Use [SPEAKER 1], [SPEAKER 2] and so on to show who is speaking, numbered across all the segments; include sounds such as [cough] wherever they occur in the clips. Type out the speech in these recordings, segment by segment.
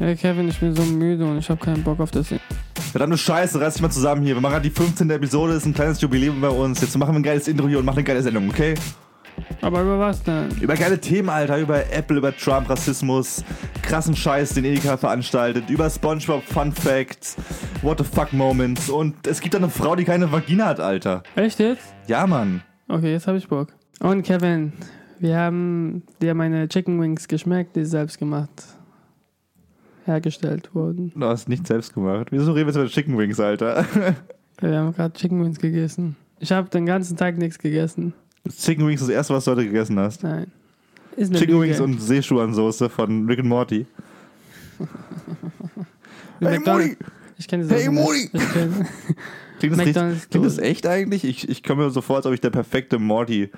[SPEAKER 1] Ja, Kevin, ich bin so müde und ich habe keinen Bock auf das.
[SPEAKER 2] Ja, dann du Scheiße, reiß dich mal zusammen hier. Wir machen die 15. Episode, ist ein kleines Jubiläum bei uns. Jetzt machen wir ein geiles Intro hier und machen eine geile Sendung, okay?
[SPEAKER 1] Aber über was denn?
[SPEAKER 2] Über geile Themen, Alter. Über Apple, über Trump, Rassismus, krassen Scheiß, den Edeka veranstaltet, über Spongebob Fun Facts, What the Fuck Moments. Und es gibt da eine Frau, die keine Vagina hat, Alter.
[SPEAKER 1] Echt jetzt?
[SPEAKER 2] Ja, Mann.
[SPEAKER 1] Okay, jetzt habe ich Bock. Und Kevin, wir haben dir meine Chicken Wings geschmeckt, die selbst gemacht hergestellt wurden.
[SPEAKER 2] Du hast nicht selbst gemacht. Wieso reden wir jetzt über Chicken Wings, Alter?
[SPEAKER 1] Ja, wir haben gerade Chicken Wings gegessen. Ich habe den ganzen Tag nichts gegessen.
[SPEAKER 2] [laughs] Chicken Wings ist das erste, was du heute gegessen hast.
[SPEAKER 1] Nein. Ist eine
[SPEAKER 2] Chicken
[SPEAKER 1] Lüge.
[SPEAKER 2] Wings und Seeschuhansoße von Rick and Morty. Hey,
[SPEAKER 1] McDonald's-
[SPEAKER 2] Morty!
[SPEAKER 1] Ich kenne die Soße
[SPEAKER 2] Hey,
[SPEAKER 1] nicht.
[SPEAKER 2] Mori!
[SPEAKER 1] Ich kenn- [laughs]
[SPEAKER 2] Klingt das,
[SPEAKER 1] McDonald's
[SPEAKER 2] richtig, klingt das
[SPEAKER 1] Dose.
[SPEAKER 2] echt eigentlich? Ich, ich komme mir so vor, als ob ich der perfekte Morty äh,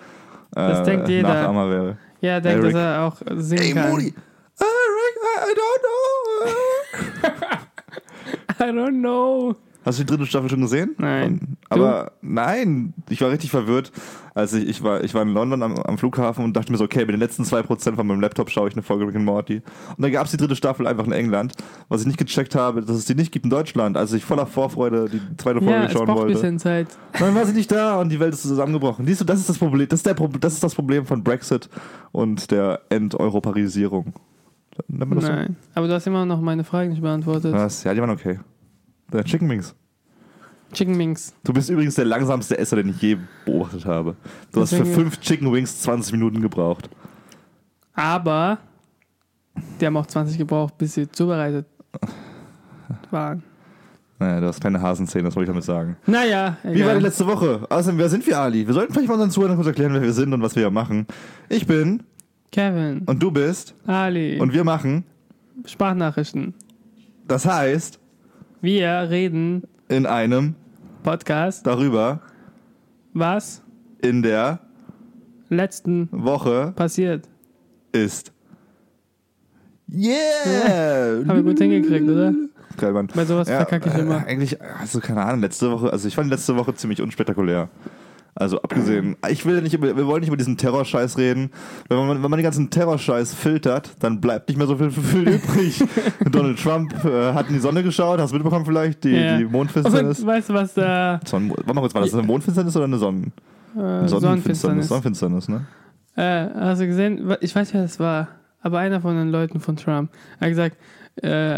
[SPEAKER 1] Das denkt jeder.
[SPEAKER 2] Nachahmer wäre.
[SPEAKER 1] Ja, denkt,
[SPEAKER 2] Eric.
[SPEAKER 1] dass er auch singen
[SPEAKER 2] Hey,
[SPEAKER 1] kann.
[SPEAKER 2] Morty! Ah, Rick, I, I don't know.
[SPEAKER 1] I don't know.
[SPEAKER 2] Hast du die dritte Staffel schon gesehen?
[SPEAKER 1] Nein.
[SPEAKER 2] Aber nein, ich war richtig verwirrt. als ich, ich, war, ich war in London am, am Flughafen und dachte mir so, okay, mit den letzten 2% von meinem Laptop schaue ich eine Folge Rick and Morty. Und dann gab es die dritte Staffel einfach in England, was ich nicht gecheckt habe, dass es die nicht gibt in Deutschland. Also ich voller Vorfreude die zweite Folge
[SPEAKER 1] ja, es
[SPEAKER 2] schauen
[SPEAKER 1] braucht ein
[SPEAKER 2] wollte.
[SPEAKER 1] bisschen Zeit.
[SPEAKER 2] Dann war sie nicht da und die Welt ist zusammengebrochen. Siehst du, das ist das Problem, das ist, der Pro das, ist das Problem von Brexit und der Enteuroparisierung. Nennt man das
[SPEAKER 1] Nein. Aber du hast immer noch meine Frage nicht beantwortet.
[SPEAKER 2] So? Was? Ja, die waren okay. Der Chicken Wings.
[SPEAKER 1] Chicken Wings.
[SPEAKER 2] Du bist übrigens der langsamste Esser, den ich je beobachtet habe. Du hast für
[SPEAKER 1] Deswegen-
[SPEAKER 2] fünf Chicken Wings 20 Minuten gebraucht.
[SPEAKER 1] Aber die haben auch 20 gebraucht, bis sie zubereitet waren.
[SPEAKER 2] Naja, du hast keine Hasenzähne, das wollte ich damit sagen.
[SPEAKER 1] Naja, egal.
[SPEAKER 2] Wie war die letzte Woche? Außerdem, wer sind wir, Ali? Wir sollten vielleicht mal unseren Zuhörern kurz erklären, wer wir sind und was wir hier machen. Ich bin
[SPEAKER 1] Kevin,
[SPEAKER 2] und du bist
[SPEAKER 1] Ali,
[SPEAKER 2] und wir machen.
[SPEAKER 1] Sprachnachrichten.
[SPEAKER 2] Das heißt,
[SPEAKER 1] Wir reden
[SPEAKER 2] in einem
[SPEAKER 1] Podcast,
[SPEAKER 2] darüber
[SPEAKER 1] was
[SPEAKER 2] in der
[SPEAKER 1] letzten
[SPEAKER 2] Woche
[SPEAKER 1] passiert.
[SPEAKER 2] ist. Yeah!
[SPEAKER 1] [laughs] Haben wir gut hingekriegt, oder?
[SPEAKER 2] Geil, Mann.
[SPEAKER 1] Bei sowas verkacke ich
[SPEAKER 2] äh,
[SPEAKER 1] immer.
[SPEAKER 2] Eigentlich, also keine Ahnung, letzte Woche, also ich fand letzte Woche ziemlich unspektakulär. Also abgesehen, ich will ja nicht über, wir wollen nicht über diesen Terrorscheiß reden. Wenn man, wenn man den ganzen Terrorscheiß filtert, dann bleibt nicht mehr so viel, viel
[SPEAKER 1] [laughs]
[SPEAKER 2] übrig. Donald Trump äh, hat in die Sonne geschaut, hast du mitbekommen vielleicht, die,
[SPEAKER 1] Ja.
[SPEAKER 2] die Mondfinsternis.
[SPEAKER 1] Und weißt du, was da
[SPEAKER 2] Sonnen, warte mal kurz, war das eine Mondfinsternis oder eine Sonnen,
[SPEAKER 1] äh, Sonnenfinsternis?
[SPEAKER 2] Sonnenfinsternis, ne?
[SPEAKER 1] Äh, hast du gesehen? Ich weiß nicht, wer das war, aber einer von den Leuten von Trump hat gesagt, äh,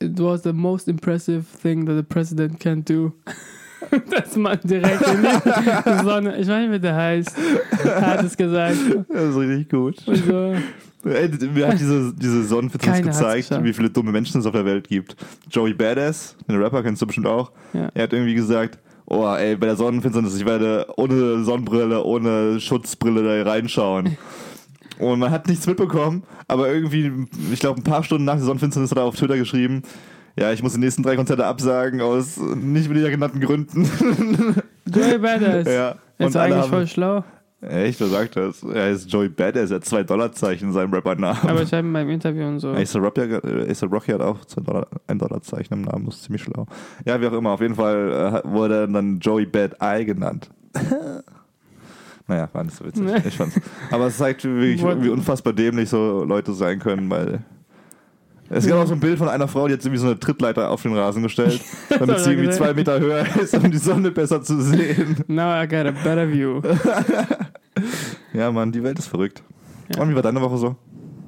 [SPEAKER 1] it was the most impressive thing that the president can do. [laughs] Dass man direkt in die Sonne, ich weiß nicht, wie der heißt, hat es gesagt.
[SPEAKER 2] Das ist richtig gut.
[SPEAKER 1] Und so,
[SPEAKER 2] Ey, d- mir hat diese, diese Sonnenfinsternis
[SPEAKER 1] Keiner hat's
[SPEAKER 2] gezeigt,
[SPEAKER 1] geschafft.
[SPEAKER 2] wie viele dumme Menschen es auf der Welt gibt. Joey Badass, den Rapper kennst du bestimmt auch,
[SPEAKER 1] Ja.
[SPEAKER 2] er hat irgendwie gesagt, oh ey, bei der Sonnenfinsternis, ich werde ohne Sonnenbrille, ohne Schutzbrille da
[SPEAKER 1] [laughs]
[SPEAKER 2] hier reinschauen. Und man hat nichts mitbekommen, aber irgendwie, ich glaube, ein paar Stunden nach der Sonnenfinsternis hat er auf Twitter geschrieben, ja, ich muss die nächsten drei Konzerte absagen aus nicht weniger
[SPEAKER 1] [laughs]
[SPEAKER 2] genannten Gründen.
[SPEAKER 1] Joey Badass.
[SPEAKER 2] ja.
[SPEAKER 1] Ist
[SPEAKER 2] alle
[SPEAKER 1] eigentlich
[SPEAKER 2] haben-
[SPEAKER 1] voll schlau,
[SPEAKER 2] Echt, wer sagt das? Er ist Joey Badass, er hat zwei Dollarzeichen in seinem Rappernamen.
[SPEAKER 1] aber ich habe ihn beim Interview und so.
[SPEAKER 2] Acer Rocky, Acer Rocky hat äh, auch 10 Dollar, ein Dollarzeichen im Namen, das ist ziemlich schlau. Ja, wie auch immer, auf jeden Fall äh, wurde dann Joey Bad
[SPEAKER 1] [laughs]
[SPEAKER 2] Eye genannt. naja, war nicht so witzig.
[SPEAKER 1] Nee.
[SPEAKER 2] Ich fand's. Aber es zeigt wirklich,
[SPEAKER 1] What?
[SPEAKER 2] wie unfassbar dämlich so Leute sein können, weil. Es gab auch so ein Bild von einer Frau, die hat irgendwie so eine Trittleiter auf den
[SPEAKER 1] [laughs]
[SPEAKER 2] Rasen gestellt, damit
[SPEAKER 1] hab
[SPEAKER 2] sie
[SPEAKER 1] ich
[SPEAKER 2] irgendwie
[SPEAKER 1] gesehen.
[SPEAKER 2] zwei Meter höher ist, um die Sonne besser zu sehen.
[SPEAKER 1] Now I got a better
[SPEAKER 2] [laughs]
[SPEAKER 1] view.
[SPEAKER 2] Ja, Mann, die Welt ist verrückt.
[SPEAKER 1] Ja.
[SPEAKER 2] Und wie war deine Woche so?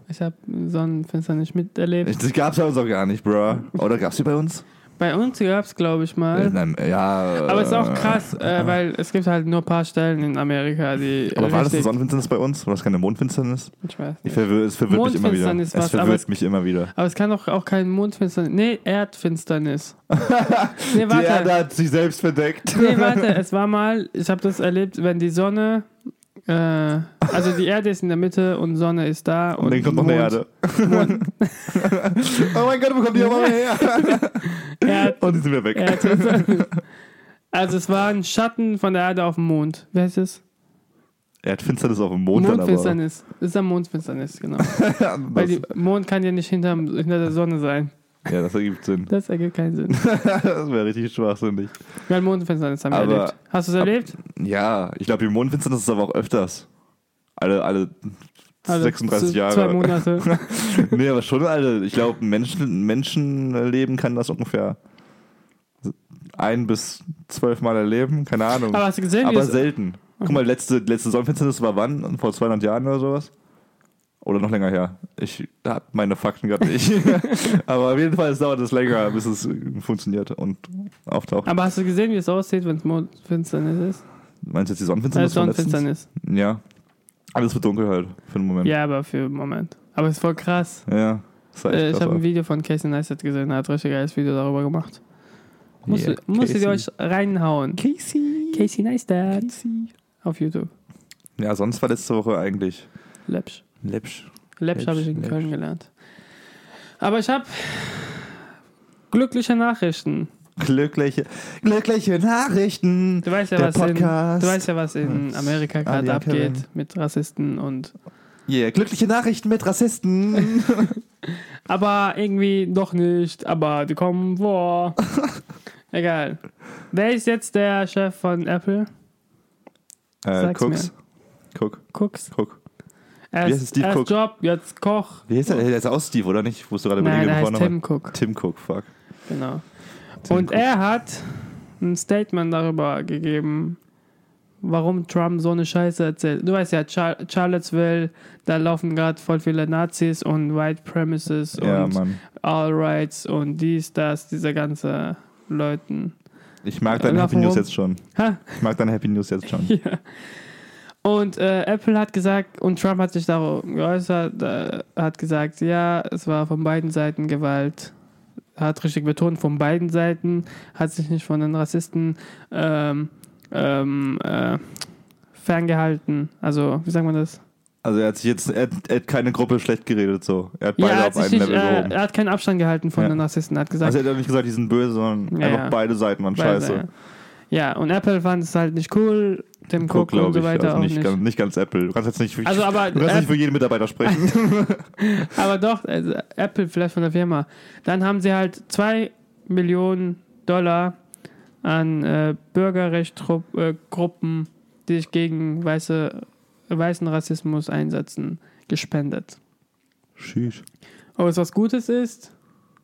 [SPEAKER 1] Ich habe Sonnenfinsternis miterlebt.
[SPEAKER 2] Das gab's bei uns auch gar nicht, bruh. Oder gab's die bei uns?
[SPEAKER 1] Bei uns gab's glaube ich, mal.
[SPEAKER 2] In einem, ja,
[SPEAKER 1] Aber es ist auch
[SPEAKER 2] äh,
[SPEAKER 1] krass, äh, weil es gibt halt nur ein paar Stellen in Amerika, die.
[SPEAKER 2] Aber war das eine
[SPEAKER 1] richtig-
[SPEAKER 2] Sonnenfinsternis bei uns? War das keine Mondfinsternis?
[SPEAKER 1] Ich weiß
[SPEAKER 2] Ich
[SPEAKER 1] nicht.
[SPEAKER 2] verwir es verwirrt mich immer wieder.
[SPEAKER 1] Mondfinsternis
[SPEAKER 2] Es
[SPEAKER 1] war's, aber
[SPEAKER 2] verwirrt
[SPEAKER 1] es-
[SPEAKER 2] mich immer wieder.
[SPEAKER 1] Aber es kann doch auch kein Mondfinsternis. Nee,
[SPEAKER 2] [laughs]
[SPEAKER 1] Erdfinsternis. nee,
[SPEAKER 2] Die Erde
[SPEAKER 1] warte.
[SPEAKER 2] hat sich selbst verdeckt.
[SPEAKER 1] Nee, warte. Es war mal, ich habe das erlebt, wenn die Sonne. Äh, also die Erde ist in der Mitte und Sonne ist da. Und,
[SPEAKER 2] Und dann kommt noch eine Erde.
[SPEAKER 1] Mond,
[SPEAKER 2] [laughs] Oh mein Gott, wo kommt die aber her?
[SPEAKER 1] Erd,
[SPEAKER 2] [laughs] Und die sind wir weg.
[SPEAKER 1] Erdfinsternis.
[SPEAKER 2] [laughs]
[SPEAKER 1] Also es war ein Schatten von der Erde auf dem Mond. Wie heißt es?
[SPEAKER 2] Erdfinsternis auf dem Mond dann aber. [laughs]
[SPEAKER 1] Mondfinsternis. Das ist ein Mondfinsternis, genau. Weil die
[SPEAKER 2] Das,
[SPEAKER 1] Mond kann ja nicht hinterm, hinter der Sonne sein.
[SPEAKER 2] ja, das ergibt Sinn.
[SPEAKER 1] Das ergibt keinen Sinn.
[SPEAKER 2] [laughs] Das wäre richtig schwachsinnig.
[SPEAKER 1] Weil Mondfinsternis haben wir
[SPEAKER 2] Aber-
[SPEAKER 1] erlebt. Hast du es erlebt?
[SPEAKER 2] Ja, ich glaube, die Mondfinsternis ist aber auch öfters. Alle, alle
[SPEAKER 1] Alle
[SPEAKER 2] 36
[SPEAKER 1] z-
[SPEAKER 2] Jahre.
[SPEAKER 1] Zwei Also Monate.
[SPEAKER 2] [laughs] nee, aber schon, Alter. Ich glaube, Menschen, Menschenleben kann das ungefähr ein bis zwölf Mal erleben. Keine Ahnung.
[SPEAKER 1] Aber hast du gesehen, wie
[SPEAKER 2] Aber
[SPEAKER 1] das,
[SPEAKER 2] selten. Guck mal, letzte, letzte Sonnenfinsternis war wann? Vor 200 Jahren oder sowas? Oder noch länger her. Ich habe meine Fakten gerade
[SPEAKER 1] [laughs]
[SPEAKER 2] nicht. Aber auf jeden Fall es dauert es länger, bis es funktioniert und auftaucht.
[SPEAKER 1] aber hast du gesehen, wie es aussieht, wenn es Mondfinsternis ist?
[SPEAKER 2] Meinst du jetzt die
[SPEAKER 1] Äh,
[SPEAKER 2] Sonnenfinsternis? von letztens?
[SPEAKER 1] Sonnenfinsternis.
[SPEAKER 2] Ja. Alles wird dunkel halt für einen Moment.
[SPEAKER 1] Ja, aber für einen Moment. Aber es ist voll krass.
[SPEAKER 2] Ja. Das war echt
[SPEAKER 1] Äh, ich
[SPEAKER 2] krass
[SPEAKER 1] habe ein
[SPEAKER 2] aus.
[SPEAKER 1] Video von Casey Neistat gesehen, er hat ein richtig geiles Video darüber gemacht. Musst,
[SPEAKER 2] Yeah,
[SPEAKER 1] du, musst ihr euch
[SPEAKER 2] Casey.
[SPEAKER 1] reinhauen.
[SPEAKER 2] Casey.
[SPEAKER 1] Casey Neistat. Auf YouTube.
[SPEAKER 2] Ja, sonst war letzte Woche eigentlich
[SPEAKER 1] Läppsch.
[SPEAKER 2] läppsch.
[SPEAKER 1] Läppsch habe ich in
[SPEAKER 2] Läppsch.
[SPEAKER 1] Köln gelernt. Aber ich habe glückliche Nachrichten.
[SPEAKER 2] Glückliche, glückliche Nachrichten.
[SPEAKER 1] Du weißt ja,
[SPEAKER 2] Der
[SPEAKER 1] was in, du
[SPEAKER 2] Podcast.
[SPEAKER 1] weißt ja, was in Amerika
[SPEAKER 2] Ali
[SPEAKER 1] gerade
[SPEAKER 2] Kevin.
[SPEAKER 1] abgeht mit Rassisten und.
[SPEAKER 2] Yeah, glückliche Nachrichten mit [laughs] Rassisten. Äh,
[SPEAKER 1] Aber irgendwie doch nicht, aber die kommen
[SPEAKER 2] [laughs]
[SPEAKER 1] vor. Egal. Wer ist jetzt der Chef von Apple?
[SPEAKER 2] äh,
[SPEAKER 1] Sag's
[SPEAKER 2] Cooks. Cook,
[SPEAKER 1] Cooks.
[SPEAKER 2] Cook. heißt
[SPEAKER 1] Erst,
[SPEAKER 2] Steve
[SPEAKER 1] erst
[SPEAKER 2] Cook?
[SPEAKER 1] Job, jetzt Koch.
[SPEAKER 2] Wie hieß der? Der ist auch Steve, oder nicht? Ich wusste gerade
[SPEAKER 1] Nein,
[SPEAKER 2] überlegen,
[SPEAKER 1] der
[SPEAKER 2] der
[SPEAKER 1] heißt
[SPEAKER 2] Vorname.
[SPEAKER 1] Tim Cook.
[SPEAKER 2] Tim Cook, fuck.
[SPEAKER 1] Genau.
[SPEAKER 2] Tim
[SPEAKER 1] Und
[SPEAKER 2] Cook.
[SPEAKER 1] er hat ein Statement darüber gegeben, warum Trump so eine Scheiße erzählt. Du weißt ja, Char Charlottesville, da laufen gerade voll viele Nazis und White Premises
[SPEAKER 2] Ja,
[SPEAKER 1] und
[SPEAKER 2] Mann.
[SPEAKER 1] All Rights und dies, das, diese ganze Leuten.
[SPEAKER 2] Ich mag deine
[SPEAKER 1] Lauf
[SPEAKER 2] Happy News
[SPEAKER 1] rum.
[SPEAKER 2] jetzt schon.
[SPEAKER 1] Ha.
[SPEAKER 2] Ich mag deine Happy News jetzt
[SPEAKER 1] [laughs]
[SPEAKER 2] schon.
[SPEAKER 1] Ja. Und äh, Apple hat gesagt, und Trump hat sich darüber geäußert, äh, hat gesagt, ja, es war von beiden Seiten Gewalt. Hat richtig betont, von beiden Seiten, hat sich nicht von den Rassisten ähm, ähm, äh, ferngehalten. Also, wie sagt man das?
[SPEAKER 2] Also er hat sich jetzt, er, hat- er hat keine Gruppe schlecht geredet, so. Er hat beide
[SPEAKER 1] ja, er hat, sich
[SPEAKER 2] auf einem
[SPEAKER 1] nicht,
[SPEAKER 2] Level
[SPEAKER 1] äh,
[SPEAKER 2] gehoben.
[SPEAKER 1] er hat keinen Abstand gehalten von
[SPEAKER 2] Ja.
[SPEAKER 1] den Rassisten. Er hat gesagt,
[SPEAKER 2] Also er hat auch nicht gesagt, die sind böse, sondern
[SPEAKER 1] Ja, äh,
[SPEAKER 2] einfach
[SPEAKER 1] ja.
[SPEAKER 2] beide Seiten waren
[SPEAKER 1] beide
[SPEAKER 2] scheiße.
[SPEAKER 1] Seiten. Ja, und Apple fand es halt nicht cool, Tim
[SPEAKER 2] Cook,
[SPEAKER 1] Cook, und
[SPEAKER 2] glaube
[SPEAKER 1] so
[SPEAKER 2] ich.
[SPEAKER 1] weiter
[SPEAKER 2] Also
[SPEAKER 1] auch
[SPEAKER 2] nicht,
[SPEAKER 1] nicht.
[SPEAKER 2] Ganz, nicht ganz Apple. Du kannst jetzt nicht, für-
[SPEAKER 1] Also, aber
[SPEAKER 2] du kannst
[SPEAKER 1] App-
[SPEAKER 2] nicht für jeden Mitarbeiter sprechen.
[SPEAKER 1] Aber doch, also Apple vielleicht von der Firma. Dann haben sie halt 2 Millionen Dollar an äh, Bürgerrechtsgruppen, äh, Gruppen, die sich gegen weiße, weißen Rassismus einsetzen, gespendet.
[SPEAKER 2] Sheesh.
[SPEAKER 1] Ob es was Gutes ist?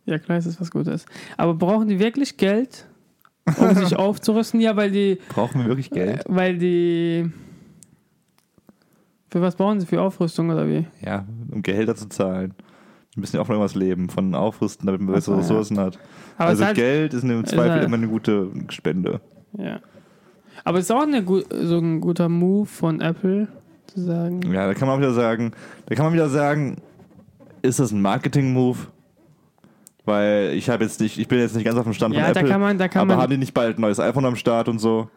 [SPEAKER 1] Ja, klar, es ist was Gutes. Aber brauchen die wirklich Geld, um
[SPEAKER 2] [laughs]
[SPEAKER 1] sich aufzurüsten? Ja, weil die,
[SPEAKER 2] Brauchen wir wirklich Geld?
[SPEAKER 1] weil die. Für was brauchen sie? Für Aufrüstung oder wie?
[SPEAKER 2] Ja, um Gehälter zu zahlen. Wir müssen ja auch noch irgendwas leben, von Aufrüsten, damit man
[SPEAKER 1] Ach so,
[SPEAKER 2] bessere
[SPEAKER 1] ja.
[SPEAKER 2] Ressourcen hat.
[SPEAKER 1] Aber es
[SPEAKER 2] also
[SPEAKER 1] ist halt-
[SPEAKER 2] Geld ist im Zweifel
[SPEAKER 1] halt-
[SPEAKER 2] immer eine gute Spende.
[SPEAKER 1] Ja. Aber es ist auch eine, gu- so ein guter Move von Apple, zu sagen.
[SPEAKER 2] Ja, da kann man wieder sagen, da kann man wieder sagen, ist das ein Marketing-Move? Weil ich habe jetzt nicht, ich bin jetzt nicht ganz auf dem Stand
[SPEAKER 1] Ja,
[SPEAKER 2] von
[SPEAKER 1] da
[SPEAKER 2] Apple.
[SPEAKER 1] kann man, da kann
[SPEAKER 2] aber haben
[SPEAKER 1] man.
[SPEAKER 2] die nicht bald ein neues iPhone am Start und so?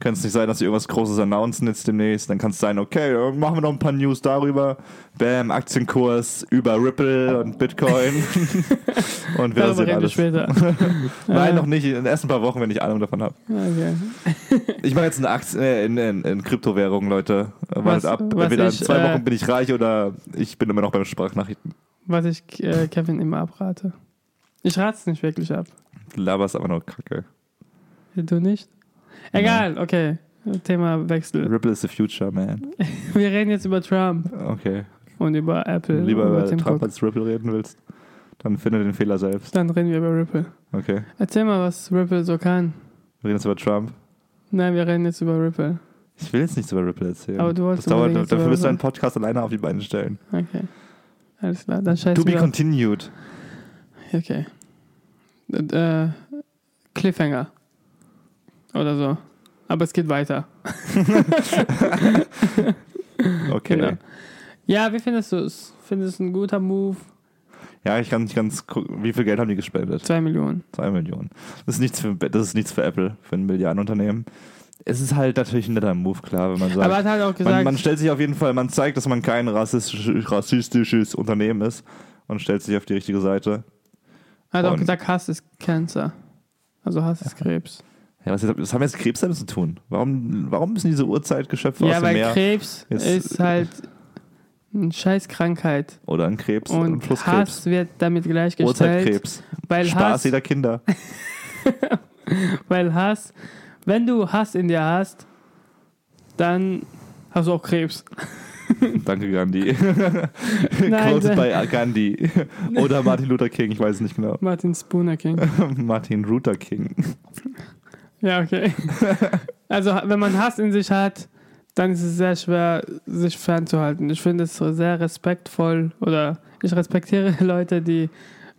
[SPEAKER 2] Kann es nicht sein, dass sie irgendwas Großes announcen jetzt demnächst? Dann kann es sein, okay, dann machen wir noch ein paar News darüber. Bam, Aktienkurs über Ripple und
[SPEAKER 1] [laughs]
[SPEAKER 2] Bitcoin. und wer das
[SPEAKER 1] Darüber
[SPEAKER 2] jetzt
[SPEAKER 1] reden wir
[SPEAKER 2] alles.
[SPEAKER 1] später.
[SPEAKER 2] [laughs]
[SPEAKER 1] Äh,
[SPEAKER 2] Nein, noch nicht. In den ersten paar Wochen, wenn ich Ahnung davon habe.
[SPEAKER 1] Okay.
[SPEAKER 2] Ich mache jetzt eine Aktie äh, in, in, in Kryptowährungen, Leute. Äh,
[SPEAKER 1] Was-
[SPEAKER 2] Wartet ab.
[SPEAKER 1] was
[SPEAKER 2] Entweder
[SPEAKER 1] ich,
[SPEAKER 2] in zwei
[SPEAKER 1] äh,
[SPEAKER 2] Wochen bin ich reich oder ich bin immer noch beim Sprachnachrichten.
[SPEAKER 1] Was ich äh, Kevin immer abrate. Ich rate es nicht wirklich ab.
[SPEAKER 2] Du Laberst aber nur Kacke.
[SPEAKER 1] Du nicht? Egal, okay. Thema Wechsel.
[SPEAKER 2] Ripple is the future, man.
[SPEAKER 1] Wir reden jetzt über Trump
[SPEAKER 2] Okay.
[SPEAKER 1] und über Apple.
[SPEAKER 2] Lieber
[SPEAKER 1] und
[SPEAKER 2] über
[SPEAKER 1] Tim
[SPEAKER 2] Trump
[SPEAKER 1] Cook.
[SPEAKER 2] als Ripple reden willst, dann finde den Fehler selbst.
[SPEAKER 1] Dann reden wir über Ripple.
[SPEAKER 2] Okay.
[SPEAKER 1] Erzähl mal, was Ripple so kann.
[SPEAKER 2] Wir reden jetzt über Trump.
[SPEAKER 1] Nein, wir reden jetzt über Ripple.
[SPEAKER 2] Ich will jetzt nichts über Ripple erzählen.
[SPEAKER 1] Aber du
[SPEAKER 2] das
[SPEAKER 1] wolltest
[SPEAKER 2] dauert,
[SPEAKER 1] unbedingt jetzt
[SPEAKER 2] dafür
[SPEAKER 1] über
[SPEAKER 2] wirst du einen
[SPEAKER 1] Ripple-
[SPEAKER 2] Podcast alleine auf die Beine stellen.
[SPEAKER 1] Okay. Alles klar, dann scheiß
[SPEAKER 2] to be
[SPEAKER 1] wir auf-
[SPEAKER 2] continued.
[SPEAKER 1] Okay. Äh, Cliffhanger. Oder so. Aber es geht weiter.
[SPEAKER 2] Okay.
[SPEAKER 1] Genau. Ja, wie findest du es? Findest du es ein guter Move?
[SPEAKER 2] Ja, ich kann nicht ganz gucken, wie viel Geld haben die gespendet?
[SPEAKER 1] Zwei Millionen.
[SPEAKER 2] Zwei Millionen. Das ist nichts für, das ist nichts für Apple, für ein Milliardenunternehmen. Es ist halt natürlich ein netter Move, klar, wenn man sagt.
[SPEAKER 1] Aber er hat halt auch gesagt,
[SPEAKER 2] man, man stellt sich auf jeden Fall, man zeigt, dass man kein rassistisch, rassistisches Unternehmen ist und stellt sich auf die richtige Seite.
[SPEAKER 1] hat auch
[SPEAKER 2] und-
[SPEAKER 1] gesagt, Hass ist Cancer. Also Hass ist Krebs.
[SPEAKER 2] Ja, was, jetzt, was haben jetzt Krebs damit zu tun? Warum, warum müssen diese Urzeitgeschöpfe aus
[SPEAKER 1] Ja,
[SPEAKER 2] dem
[SPEAKER 1] weil
[SPEAKER 2] Meer
[SPEAKER 1] Krebs
[SPEAKER 2] Jetzt-
[SPEAKER 1] ist halt eine Scheißkrankheit.
[SPEAKER 2] oder ein Krebs und,
[SPEAKER 1] Und
[SPEAKER 2] Flusskrebs?
[SPEAKER 1] Hass wird damit gleichgestellt.
[SPEAKER 2] Urzeitkrebs.
[SPEAKER 1] Weil
[SPEAKER 2] Spaß
[SPEAKER 1] Hass, [laughs]
[SPEAKER 2] jeder Kinder.
[SPEAKER 1] weil Hass,
[SPEAKER 2] [laughs]
[SPEAKER 1] wenn du Hass in dir hast, dann hast du auch Krebs.
[SPEAKER 2] Danke, Gandhi. Quoted
[SPEAKER 1] nein.
[SPEAKER 2] by
[SPEAKER 1] [laughs]
[SPEAKER 2] Gandhi. Oder Martin Luther King, ich weiß es nicht genau. [laughs]
[SPEAKER 1] Martin Spooner King.
[SPEAKER 2] Martin Luther King.
[SPEAKER 1] Ja,
[SPEAKER 2] [laughs]
[SPEAKER 1] okay. Also, ha- wenn man Hass in sich hat, dann ist es sehr schwer, sich fernzuhalten. Ich finde es sehr respektvoll oder ich respektiere [laughs] Leute, die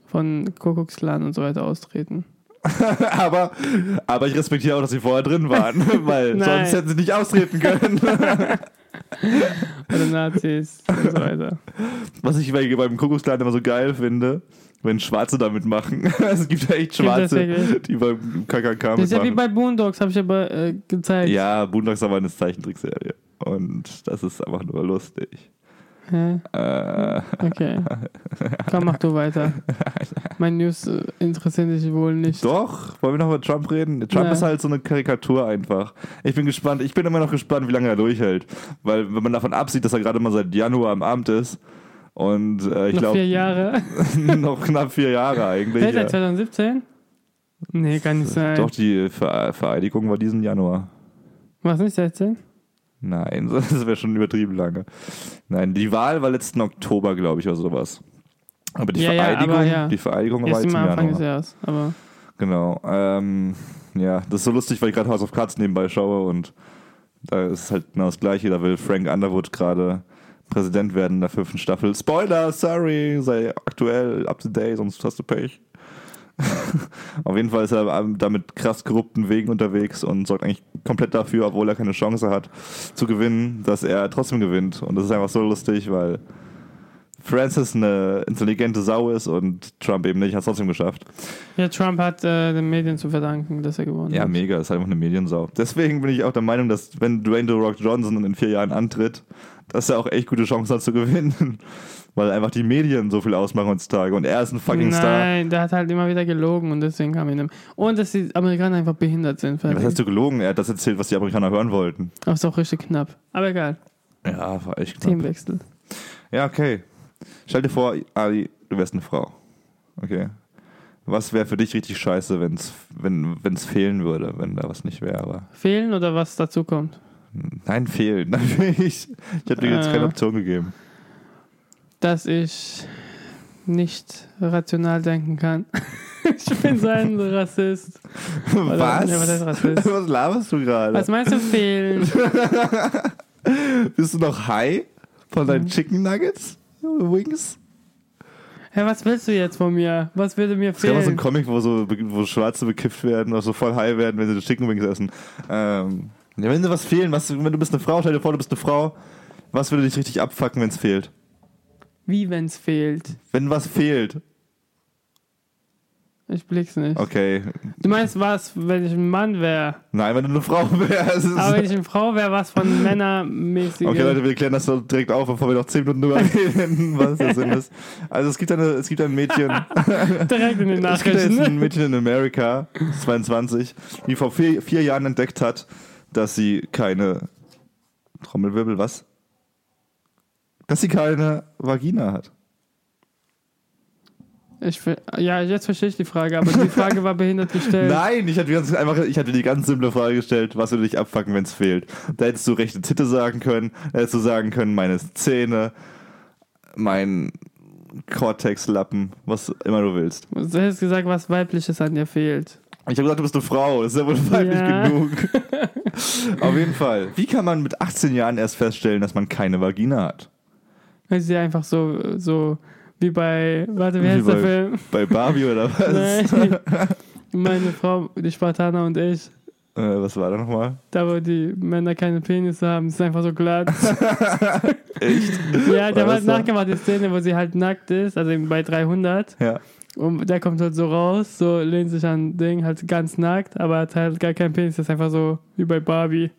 [SPEAKER 1] von Kuckucksklan und so weiter austreten.
[SPEAKER 2] [laughs] aber, aber ich respektiere auch, dass sie vorher
[SPEAKER 1] [laughs]
[SPEAKER 2] drin waren, weil
[SPEAKER 1] Nein.
[SPEAKER 2] sonst hätten sie nicht austreten können. [laughs]
[SPEAKER 1] Oder Nazis und so weiter.
[SPEAKER 2] Was ich bei- beim Kuckucksklan immer so geil finde, wenn Schwarze damit machen. [laughs] es gibt ja echt
[SPEAKER 1] Gibt das
[SPEAKER 2] Schwarze,
[SPEAKER 1] wirklich?
[SPEAKER 2] die beim KKK
[SPEAKER 1] Das ist ja wie
[SPEAKER 2] mitmachen.
[SPEAKER 1] bei Boondocks, habe ich aber äh, gezeigt.
[SPEAKER 2] Ja, Boondocks ist aber eine Zeichentrickserie. Und das ist einfach nur lustig.
[SPEAKER 1] Hä? Hm.
[SPEAKER 2] Äh,
[SPEAKER 1] Okay. Komm, mach du
[SPEAKER 2] [laughs]
[SPEAKER 1] weiter. Meine News äh, interessieren dich wohl nicht.
[SPEAKER 2] Doch, wollen wir noch über Trump reden? Trump
[SPEAKER 1] Ja.
[SPEAKER 2] ist halt so eine Karikatur einfach. Ich bin gespannt, ich bin immer noch gespannt, wie lange er durchhält. Weil, wenn man davon absieht, dass er gerade mal seit Januar am Amt ist und äh, ich
[SPEAKER 1] Noch vier
[SPEAKER 2] glaube,
[SPEAKER 1] Jahre.
[SPEAKER 2] [laughs] noch knapp vier Jahre eigentlich.
[SPEAKER 1] Seit
[SPEAKER 2] ja.
[SPEAKER 1] 2017? Nee, kann nicht sein.
[SPEAKER 2] Doch, die Ver Vereidigung war diesen Januar.
[SPEAKER 1] War es nicht 16?
[SPEAKER 2] Nein, [laughs] das wäre schon übertrieben lange. Nein, die Wahl war letzten Oktober, glaube ich, oder sowas. Aber die
[SPEAKER 1] Ja, ja, aber
[SPEAKER 2] Vereidigung,
[SPEAKER 1] ja.
[SPEAKER 2] die Vereidigung war
[SPEAKER 1] Jetzt
[SPEAKER 2] jetzt im
[SPEAKER 1] immer Anfang
[SPEAKER 2] Januar.
[SPEAKER 1] des Jahres. Aber
[SPEAKER 2] Genau. Ähm, ja, das ist so lustig, weil ich gerade House of Cards nebenbei schaue und da ist halt genau das Gleiche. Da will Frank Underwood gerade Präsident werden in der fünften Staffel. Spoiler, sorry, sei aktuell, up to date, sonst hast du Pech. [laughs] Auf jeden Fall ist er am- da mit krass korrupten Wegen unterwegs und sorgt eigentlich komplett dafür, obwohl er keine Chance hat zu gewinnen, dass er trotzdem gewinnt. Und das ist einfach so lustig, weil Francis eine intelligente Sau ist und Trump eben nicht, hat es trotzdem geschafft.
[SPEAKER 1] ja, Trump hat äh, den Medien zu verdanken, dass er gewonnen
[SPEAKER 2] Ja,
[SPEAKER 1] hat.
[SPEAKER 2] mega, ist halt einfach eine Mediensau. Deswegen bin ich auch der Meinung, dass wenn Dwayne The Rock Johnson in vier Jahren antritt, dass er auch echt gute Chancen hat zu gewinnen. [laughs] Weil einfach die Medien so viel ausmachen heutzutage und er ist ein fucking Star.
[SPEAKER 1] Nein, der hat halt immer wieder gelogen und deswegen kam ihm. Und dass die Amerikaner einfach behindert sind.
[SPEAKER 2] Ja, Was
[SPEAKER 1] Fertig.
[SPEAKER 2] hast du gelogen? Er hat das erzählt, was die Amerikaner hören wollten.
[SPEAKER 1] Aber ist auch richtig knapp. Aber egal.
[SPEAKER 2] Ja, war echt knapp.
[SPEAKER 1] Themenwechsel.
[SPEAKER 2] Ja, okay. Stell dir vor, Ali, du wärst eine Frau. Okay. Was wäre für dich richtig scheiße, wenn's, wenn es fehlen würde, wenn da was nicht wäre? Aber hm,
[SPEAKER 1] Fehlen oder was dazu kommt?
[SPEAKER 2] nein, fehlen. [laughs] Ich, ich hätte dir jetzt keine
[SPEAKER 1] Äh.
[SPEAKER 2] Option gegeben.
[SPEAKER 1] Dass ich nicht rational denken kann. [laughs] ich bin so
[SPEAKER 2] [laughs]
[SPEAKER 1] ein Rassist. Oder-
[SPEAKER 2] Was?
[SPEAKER 1] Ja, was heißt Rassist?
[SPEAKER 2] [laughs] Was laberst du gerade?
[SPEAKER 1] Was meinst du
[SPEAKER 2] [laughs]
[SPEAKER 1] fehlen?
[SPEAKER 2] Bist du noch high von deinen Chicken Nuggets? Wings?
[SPEAKER 1] Hä, was willst du jetzt von mir? Was würde mir
[SPEAKER 2] Es gab mal so
[SPEAKER 1] fehlen?
[SPEAKER 2] einen Comic, wo, so, wo Schwarze bekifft werden, auch so voll high werden, wenn sie Chicken Wings essen. Ähm, ja, wenn sie was fehlen, was, wenn du bist eine Frau, stell dir vor, du bist eine Frau, was würde dich richtig abfacken, wenn es fehlt?
[SPEAKER 1] Wie, wenn's fehlt?
[SPEAKER 2] Wenn was fehlt.
[SPEAKER 1] Ich blick's nicht.
[SPEAKER 2] Okay.
[SPEAKER 1] Du meinst was, wenn ich ein Mann wäre?
[SPEAKER 2] Nein, wenn du eine Frau [laughs] wärst.
[SPEAKER 1] Aber wenn ich eine Frau wäre, was von männermäßig.
[SPEAKER 2] Okay, Leute, wir klären das doch direkt auf, bevor wir noch 10 Minuten drüber [laughs] reden, was der Sinn ist. Also es gibt eine, es gibt ein Mädchen,
[SPEAKER 1] direkt in den
[SPEAKER 2] Es gibt ja jetzt ein
[SPEAKER 1] Nachrichten.
[SPEAKER 2] Mädchen in Amerika, 22, die vor vier, vier Jahren entdeckt hat, dass sie keine Trommelwirbel, was? Dass sie keine Vagina hat.
[SPEAKER 1] [laughs] Ich, ver- ja, jetzt verstehe ich die Frage, aber die Frage war behindert gestellt.
[SPEAKER 2] Nein, ich hatte ganz einfach, ich hatte die ganz simple Frage gestellt, was würde dich abfacken, wenn es fehlt? Da hättest du rechte Titte sagen können, da hättest du sagen können, meine Zähne, mein Cortexlappen, was immer du willst.
[SPEAKER 1] Du hättest gesagt, was weibliches an dir fehlt.
[SPEAKER 2] Ich habe gesagt, du bist eine Frau. Das ist ja wohl [laughs] weiblich
[SPEAKER 1] Ja. [laughs]
[SPEAKER 2] genug. Auf jeden Fall. Wie kann man mit 18 Jahren erst feststellen, dass man keine Vagina hat?
[SPEAKER 1] Ist sie einfach so, so wie bei. Warte, wie
[SPEAKER 2] Wie
[SPEAKER 1] heißt der
[SPEAKER 2] bei-
[SPEAKER 1] Film?
[SPEAKER 2] Bei Barbie oder
[SPEAKER 1] [laughs]
[SPEAKER 2] was? [laughs]
[SPEAKER 1] Nein. Meine Frau, die Spartaner und ich,
[SPEAKER 2] Äh, was war
[SPEAKER 1] [laughs]
[SPEAKER 2] da nochmal?
[SPEAKER 1] da wo die Männer keine Penisse haben, ist einfach so
[SPEAKER 2] [laughs]
[SPEAKER 1] glatt.
[SPEAKER 2] Echt?
[SPEAKER 1] Ja, der
[SPEAKER 2] War
[SPEAKER 1] hat
[SPEAKER 2] das da?
[SPEAKER 1] nachgemacht die Szene, wo sie halt nackt ist, also eben bei 300.
[SPEAKER 2] Ja.
[SPEAKER 1] Und der kommt halt so raus, so lehnt sich an ein Ding, halt ganz nackt, aber hat halt gar keinen Penis, das ist einfach so wie bei
[SPEAKER 2] [laughs]
[SPEAKER 1] Barbie.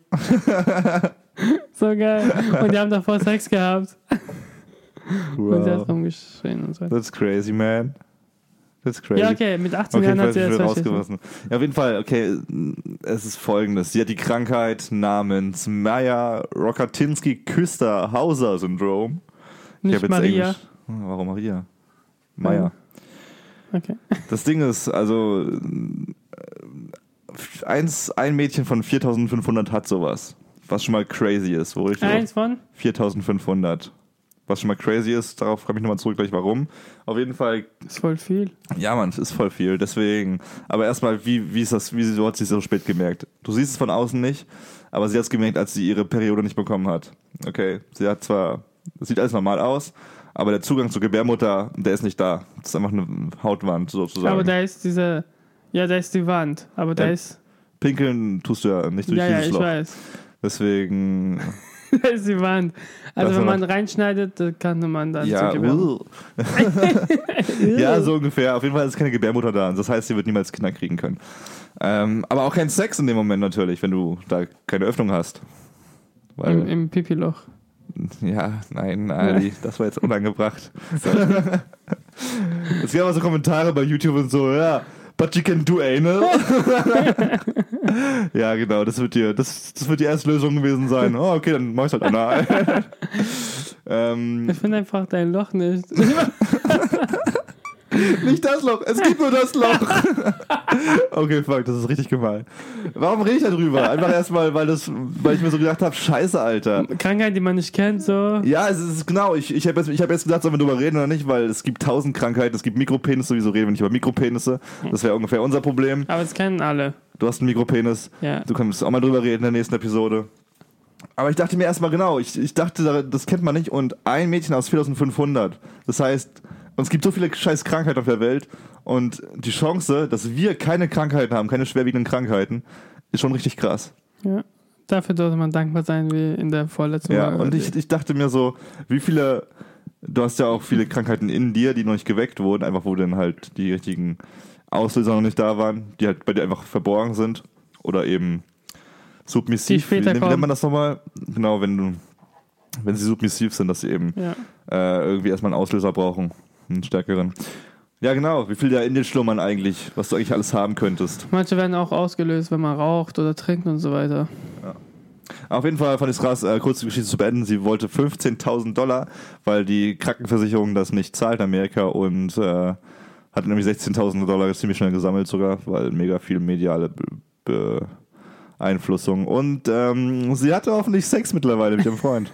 [SPEAKER 1] so geil. Und die haben davor Sex gehabt. Und sie hat
[SPEAKER 2] Wow.
[SPEAKER 1] rumgeschrien und so.
[SPEAKER 2] That's crazy, man. That's crazy.
[SPEAKER 1] Ja, okay, mit 18
[SPEAKER 2] Okay,
[SPEAKER 1] Jahren hat
[SPEAKER 2] falls
[SPEAKER 1] sie
[SPEAKER 2] ich
[SPEAKER 1] das
[SPEAKER 2] wieder
[SPEAKER 1] verstanden.
[SPEAKER 2] rausgerissen. Ja, auf jeden Fall, okay, es ist folgendes. Sie hat die Krankheit namens Meyer-Rockatinsky-Küster-Hauser-Syndrom. Ich hab
[SPEAKER 1] Nicht
[SPEAKER 2] jetzt
[SPEAKER 1] Maria.
[SPEAKER 2] Englisch- Warum Maria? Meyer.
[SPEAKER 1] Okay.
[SPEAKER 2] Das Ding ist, also äh, eins, ein Mädchen von 4500 hat sowas. Was schon mal crazy ist, wo ich
[SPEAKER 1] Eins von?
[SPEAKER 2] 4500. Was schon mal crazy ist, darauf komme ich nochmal zurück gleich warum. Auf jeden Fall,
[SPEAKER 1] Ist voll viel.
[SPEAKER 2] ja man, es ist voll viel, deswegen. Aber erstmal, wie, wie ist das, wie so hat sie es so spät gemerkt? Du siehst es von außen nicht, aber sie hat es gemerkt, als sie ihre Periode nicht bekommen hat. Okay, sie hat zwar, es sieht alles normal aus, aber der Zugang zur Gebärmutter, der ist nicht da. Das ist einfach eine Hautwand sozusagen.
[SPEAKER 1] Aber da ist dieser. Ja, da ist die Wand. Aber da
[SPEAKER 2] Ja,
[SPEAKER 1] ist.
[SPEAKER 2] Pinkeln tust du ja nicht durch
[SPEAKER 1] Ja, ja,
[SPEAKER 2] dieses
[SPEAKER 1] ich
[SPEAKER 2] Loch.
[SPEAKER 1] weiß. [laughs]
[SPEAKER 2] Deswegen,
[SPEAKER 1] da ist die Wand. Also,
[SPEAKER 2] Das
[SPEAKER 1] wenn
[SPEAKER 2] war-
[SPEAKER 1] man reinschneidet, dann kann man dann.
[SPEAKER 2] ja,
[SPEAKER 1] zur Gebärmutter- [laughs]
[SPEAKER 2] uh. [laughs] ja, so ungefähr. Auf jeden Fall ist keine Gebärmutter da. Das heißt, sie wird niemals Kinder kriegen können. Ähm, aber auch kein Sex in dem Moment natürlich, wenn du da keine Öffnung hast.
[SPEAKER 1] Im,
[SPEAKER 2] Weil,
[SPEAKER 1] Im Pipi-Loch.
[SPEAKER 2] ja, nein, Ali, das war jetzt [laughs] unangebracht. es gab auch so Kommentare bei YouTube und so, ja, but you can do [laughs] anal. ja, genau, das wird dir, das, das wird die erste Lösung gewesen sein. Oh, okay, dann mach ich halt [laughs] anal. ähm,
[SPEAKER 1] Ich finde einfach dein Loch nicht.
[SPEAKER 2] Nicht das Loch, es gibt nur das Loch. [laughs] okay, fuck, das ist richtig gemein. Warum rede ich darüber? Einfach erstmal, weil, das- weil ich mir so gedacht habe, scheiße, Alter.
[SPEAKER 1] Krankheit, die man nicht kennt, so.
[SPEAKER 2] Ja, es ist genau, ich, ich habe jetzt, ich hab jetzt gedacht, sollen wir darüber reden oder nicht, weil es gibt tausend Krankheiten, es gibt Mikropenisse, wieso reden wir nicht über Mikropenisse? Das wäre ungefähr unser Problem.
[SPEAKER 1] Aber es kennen alle.
[SPEAKER 2] Du hast einen Mikropenis,
[SPEAKER 1] Ja.
[SPEAKER 2] du kannst auch mal drüber reden in der nächsten Episode. Aber ich dachte mir erstmal genau, ich, ich dachte, das kennt man nicht und ein Mädchen aus 4500. Das heißt, es gibt so viele scheiß Krankheiten auf der Welt und die Chance, dass wir keine Krankheiten haben, keine schwerwiegenden Krankheiten, ist schon richtig krass.
[SPEAKER 1] ja. Dafür sollte man dankbar sein, wie in der vorletzten
[SPEAKER 2] Ja,
[SPEAKER 1] Folge.
[SPEAKER 2] und ich, ich dachte mir so, wie viele, du hast ja auch viele Krankheiten in dir, die noch nicht geweckt wurden, einfach wo dann halt die richtigen Auslöser noch nicht da waren, die halt bei dir einfach verborgen sind oder eben submissiv.
[SPEAKER 1] Die später
[SPEAKER 2] wie, wie nennt
[SPEAKER 1] kommen.
[SPEAKER 2] man das nochmal? Genau, wenn du, wenn sie submissiv sind, dass sie eben
[SPEAKER 1] Ja.
[SPEAKER 2] äh, irgendwie erstmal einen Auslöser brauchen, einen stärkeren. Ja, genau, wie viel da in dir schlummern eigentlich, was du eigentlich alles haben könntest.
[SPEAKER 1] Manche werden auch ausgelöst, wenn man raucht oder trinkt und so weiter.
[SPEAKER 2] Auf jeden Fall fand ich es krass, äh, kurz die Geschichte zu beenden. Sie wollte 15.000 Dollar, weil die Krankenversicherung das nicht zahlt in Amerika und äh, hat nämlich 16.000 Dollar ziemlich schnell gesammelt sogar, weil mega viel mediale Be Beeinflussung. Und ähm, sie hatte hoffentlich Sex
[SPEAKER 1] [laughs]
[SPEAKER 2] mittlerweile mit ihrem Freund.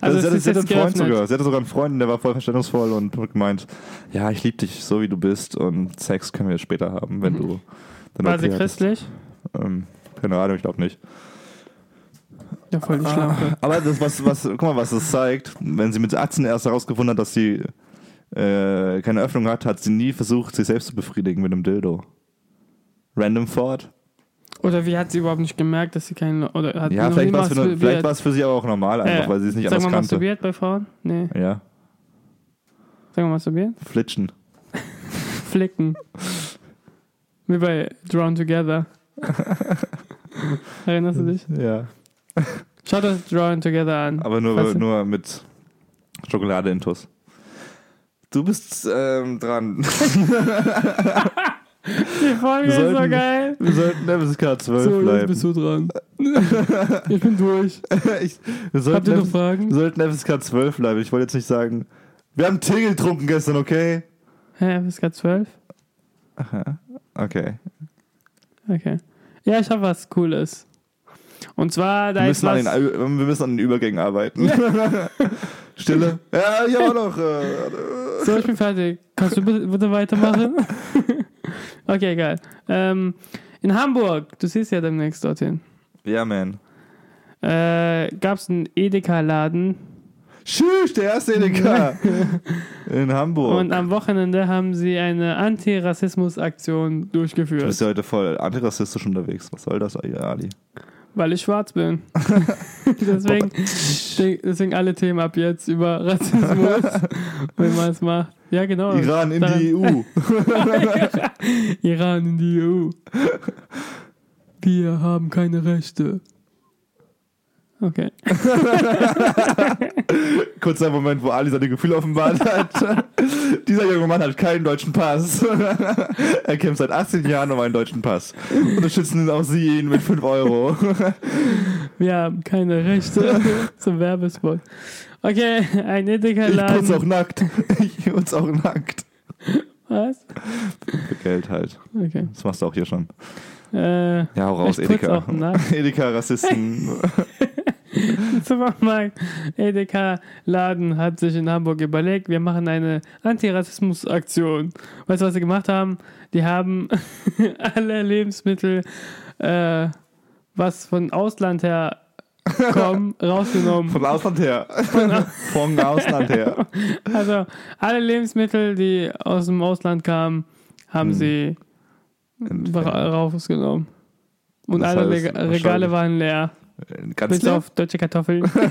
[SPEAKER 1] Also
[SPEAKER 2] sie,
[SPEAKER 1] es
[SPEAKER 2] hatte,
[SPEAKER 1] ist
[SPEAKER 2] sie, hatte einen
[SPEAKER 1] jetzt
[SPEAKER 2] Freund
[SPEAKER 1] geöffnet.
[SPEAKER 2] sogar. sie hatte sogar einen Freund, der war voll verständnisvoll und hat gemeint, ja, ich liebe dich so, wie du bist und Sex können wir später haben,
[SPEAKER 1] [laughs]
[SPEAKER 2] wenn du dann
[SPEAKER 1] War sie
[SPEAKER 2] hattest.
[SPEAKER 1] christlich?
[SPEAKER 2] Ähm, keine Ahnung, ich glaube nicht.
[SPEAKER 1] Ja, voll die Schlampe.
[SPEAKER 2] Ah. Aber das, was, was, guck mal, was das zeigt, wenn sie mit 18 erst herausgefunden hat, dass sie äh, keine Öffnung hat, hat sie nie versucht, sich selbst zu befriedigen mit einem Dildo. Random Thought.
[SPEAKER 1] Oder wie hat sie überhaupt nicht gemerkt, dass sie keinen. Oder hat
[SPEAKER 2] Ja,
[SPEAKER 1] noch
[SPEAKER 2] vielleicht
[SPEAKER 1] nie
[SPEAKER 2] war es für, eine-
[SPEAKER 1] masturbiert?
[SPEAKER 2] vielleicht war es für sie aber auch normal, einfach,
[SPEAKER 1] Äh,
[SPEAKER 2] weil sie es nicht
[SPEAKER 1] Sag mal,
[SPEAKER 2] anders kannte.
[SPEAKER 1] masturbiert bei Frauen? Nee.
[SPEAKER 2] Ja,
[SPEAKER 1] Sag mal, masturbiert?
[SPEAKER 2] flitschen. [laughs]
[SPEAKER 1] Flicken. Wie bei Drawn Together. Erinnerst du dich?
[SPEAKER 2] Ja.
[SPEAKER 1] Schaut euch Drawn Together an.
[SPEAKER 2] Aber nur,
[SPEAKER 1] Weißt du?
[SPEAKER 2] nur mit Schokolade intus. Du bist ähm, dran.
[SPEAKER 1] Die Folge
[SPEAKER 2] Wir
[SPEAKER 1] ist so
[SPEAKER 2] sollten-
[SPEAKER 1] geil.
[SPEAKER 2] Wir sollten FSK 12
[SPEAKER 1] So, jetzt
[SPEAKER 2] bleiben.
[SPEAKER 1] bist du dran. ich bin durch.
[SPEAKER 2] [laughs] Ich, wir sollten
[SPEAKER 1] Habt ihr noch
[SPEAKER 2] FSK
[SPEAKER 1] Fragen?
[SPEAKER 2] Wir sollten FSK 12 bleiben. Ich wollte jetzt nicht sagen, wir haben Tee getrunken gestern, okay?
[SPEAKER 1] Hä, FSK 12?
[SPEAKER 2] Okay.
[SPEAKER 1] Okay. Ja, ich hab was Cooles. Und zwar, da
[SPEAKER 2] Wir
[SPEAKER 1] ist
[SPEAKER 2] müssen, an
[SPEAKER 1] was...
[SPEAKER 2] den, Ü- wir müssen an den
[SPEAKER 1] [laughs]
[SPEAKER 2] Übergängen arbeiten. Stille. Ja, ich hab auch noch. Äh,
[SPEAKER 1] So, ich bin fertig. Kannst du bitte, bitte weitermachen? [laughs] okay, geil. Ähm, in Hamburg, du siehst ja demnächst dorthin,
[SPEAKER 2] ja, man.
[SPEAKER 1] äh, gab es einen Edeka-Laden
[SPEAKER 2] Tschüss, der
[SPEAKER 1] [laughs]
[SPEAKER 2] erste EDK. In Hamburg.
[SPEAKER 1] und am Wochenende haben sie eine Anti-Rassismus-Aktion
[SPEAKER 2] du
[SPEAKER 1] durchgeführt,
[SPEAKER 2] bist ja heute voll antirassistisch unterwegs. Was soll das, Ali?
[SPEAKER 1] weil ich schwarz
[SPEAKER 2] [laughs]
[SPEAKER 1] bin. deswegen, deswegen alle Themen ab jetzt über Rassismus,
[SPEAKER 2] [laughs]
[SPEAKER 1] wenn man es macht. Ja, genau.
[SPEAKER 2] Iran in die E EU.
[SPEAKER 1] [laughs] Iran in die EU. Wir haben keine Rechte. Okay.
[SPEAKER 2] Kurzer Moment, wo Ali seine Gefühle offenbart [laughs] hat. Dieser junge Mann hat keinen deutschen Pass. [laughs] er kämpft seit 18 Jahren um einen deutschen Pass. Unterstützen auch Sie ihn mit 5 Euro.
[SPEAKER 1] Wir haben keine Rechte
[SPEAKER 2] [laughs]
[SPEAKER 1] zum Werbespot. Okay, ein
[SPEAKER 2] Ich putze auch
[SPEAKER 1] Edeka-Laden.
[SPEAKER 2] nackt. Ich putze auch nackt.
[SPEAKER 1] Was?
[SPEAKER 2] Für Geld halt.
[SPEAKER 1] Okay.
[SPEAKER 2] Das machst du auch hier schon.
[SPEAKER 1] Äh,
[SPEAKER 2] Ja, hau raus,
[SPEAKER 1] Ich putz
[SPEAKER 2] Edeka.
[SPEAKER 1] auch nackt.
[SPEAKER 2] Edeka-Rassisten.
[SPEAKER 1] Supermarkt EDK-Laden hat sich in Hamburg überlegt, wir machen eine Antirassismus-Aktion. Weißt du, was sie gemacht haben? Die haben [laughs] alle Lebensmittel, äh, was von Ausland her
[SPEAKER 2] [laughs]
[SPEAKER 1] kommen, rausgenommen.
[SPEAKER 2] Vom Ausland her. Vom Ausland her.
[SPEAKER 1] Also alle Lebensmittel, die aus dem Ausland kamen,
[SPEAKER 2] Hm.
[SPEAKER 1] haben sie ra- rausgenommen. Und
[SPEAKER 2] Das
[SPEAKER 1] alle
[SPEAKER 2] heißt,
[SPEAKER 1] Lega- Regale waren
[SPEAKER 2] wahrscheinlich-
[SPEAKER 1] leer.
[SPEAKER 2] Ganz
[SPEAKER 1] Bis
[SPEAKER 2] leer.
[SPEAKER 1] auf deutsche Kartoffeln.
[SPEAKER 2] [laughs]
[SPEAKER 1] ja,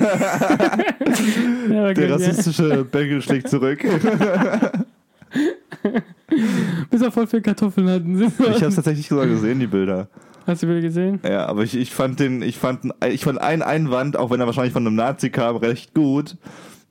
[SPEAKER 1] war gut,
[SPEAKER 2] Der
[SPEAKER 1] ja.
[SPEAKER 2] rassistische Bengel schlägt zurück.
[SPEAKER 1] Bis auf voll viel Kartoffeln hatten sie.
[SPEAKER 2] Ich habe es tatsächlich sogar gesehen, die Bilder.
[SPEAKER 1] Hast du wieder gesehen?
[SPEAKER 2] Ja, aber ich, ich fand den, ich fand, ich fand einen Einwand, auch wenn er wahrscheinlich von einem Nazi kam, recht gut.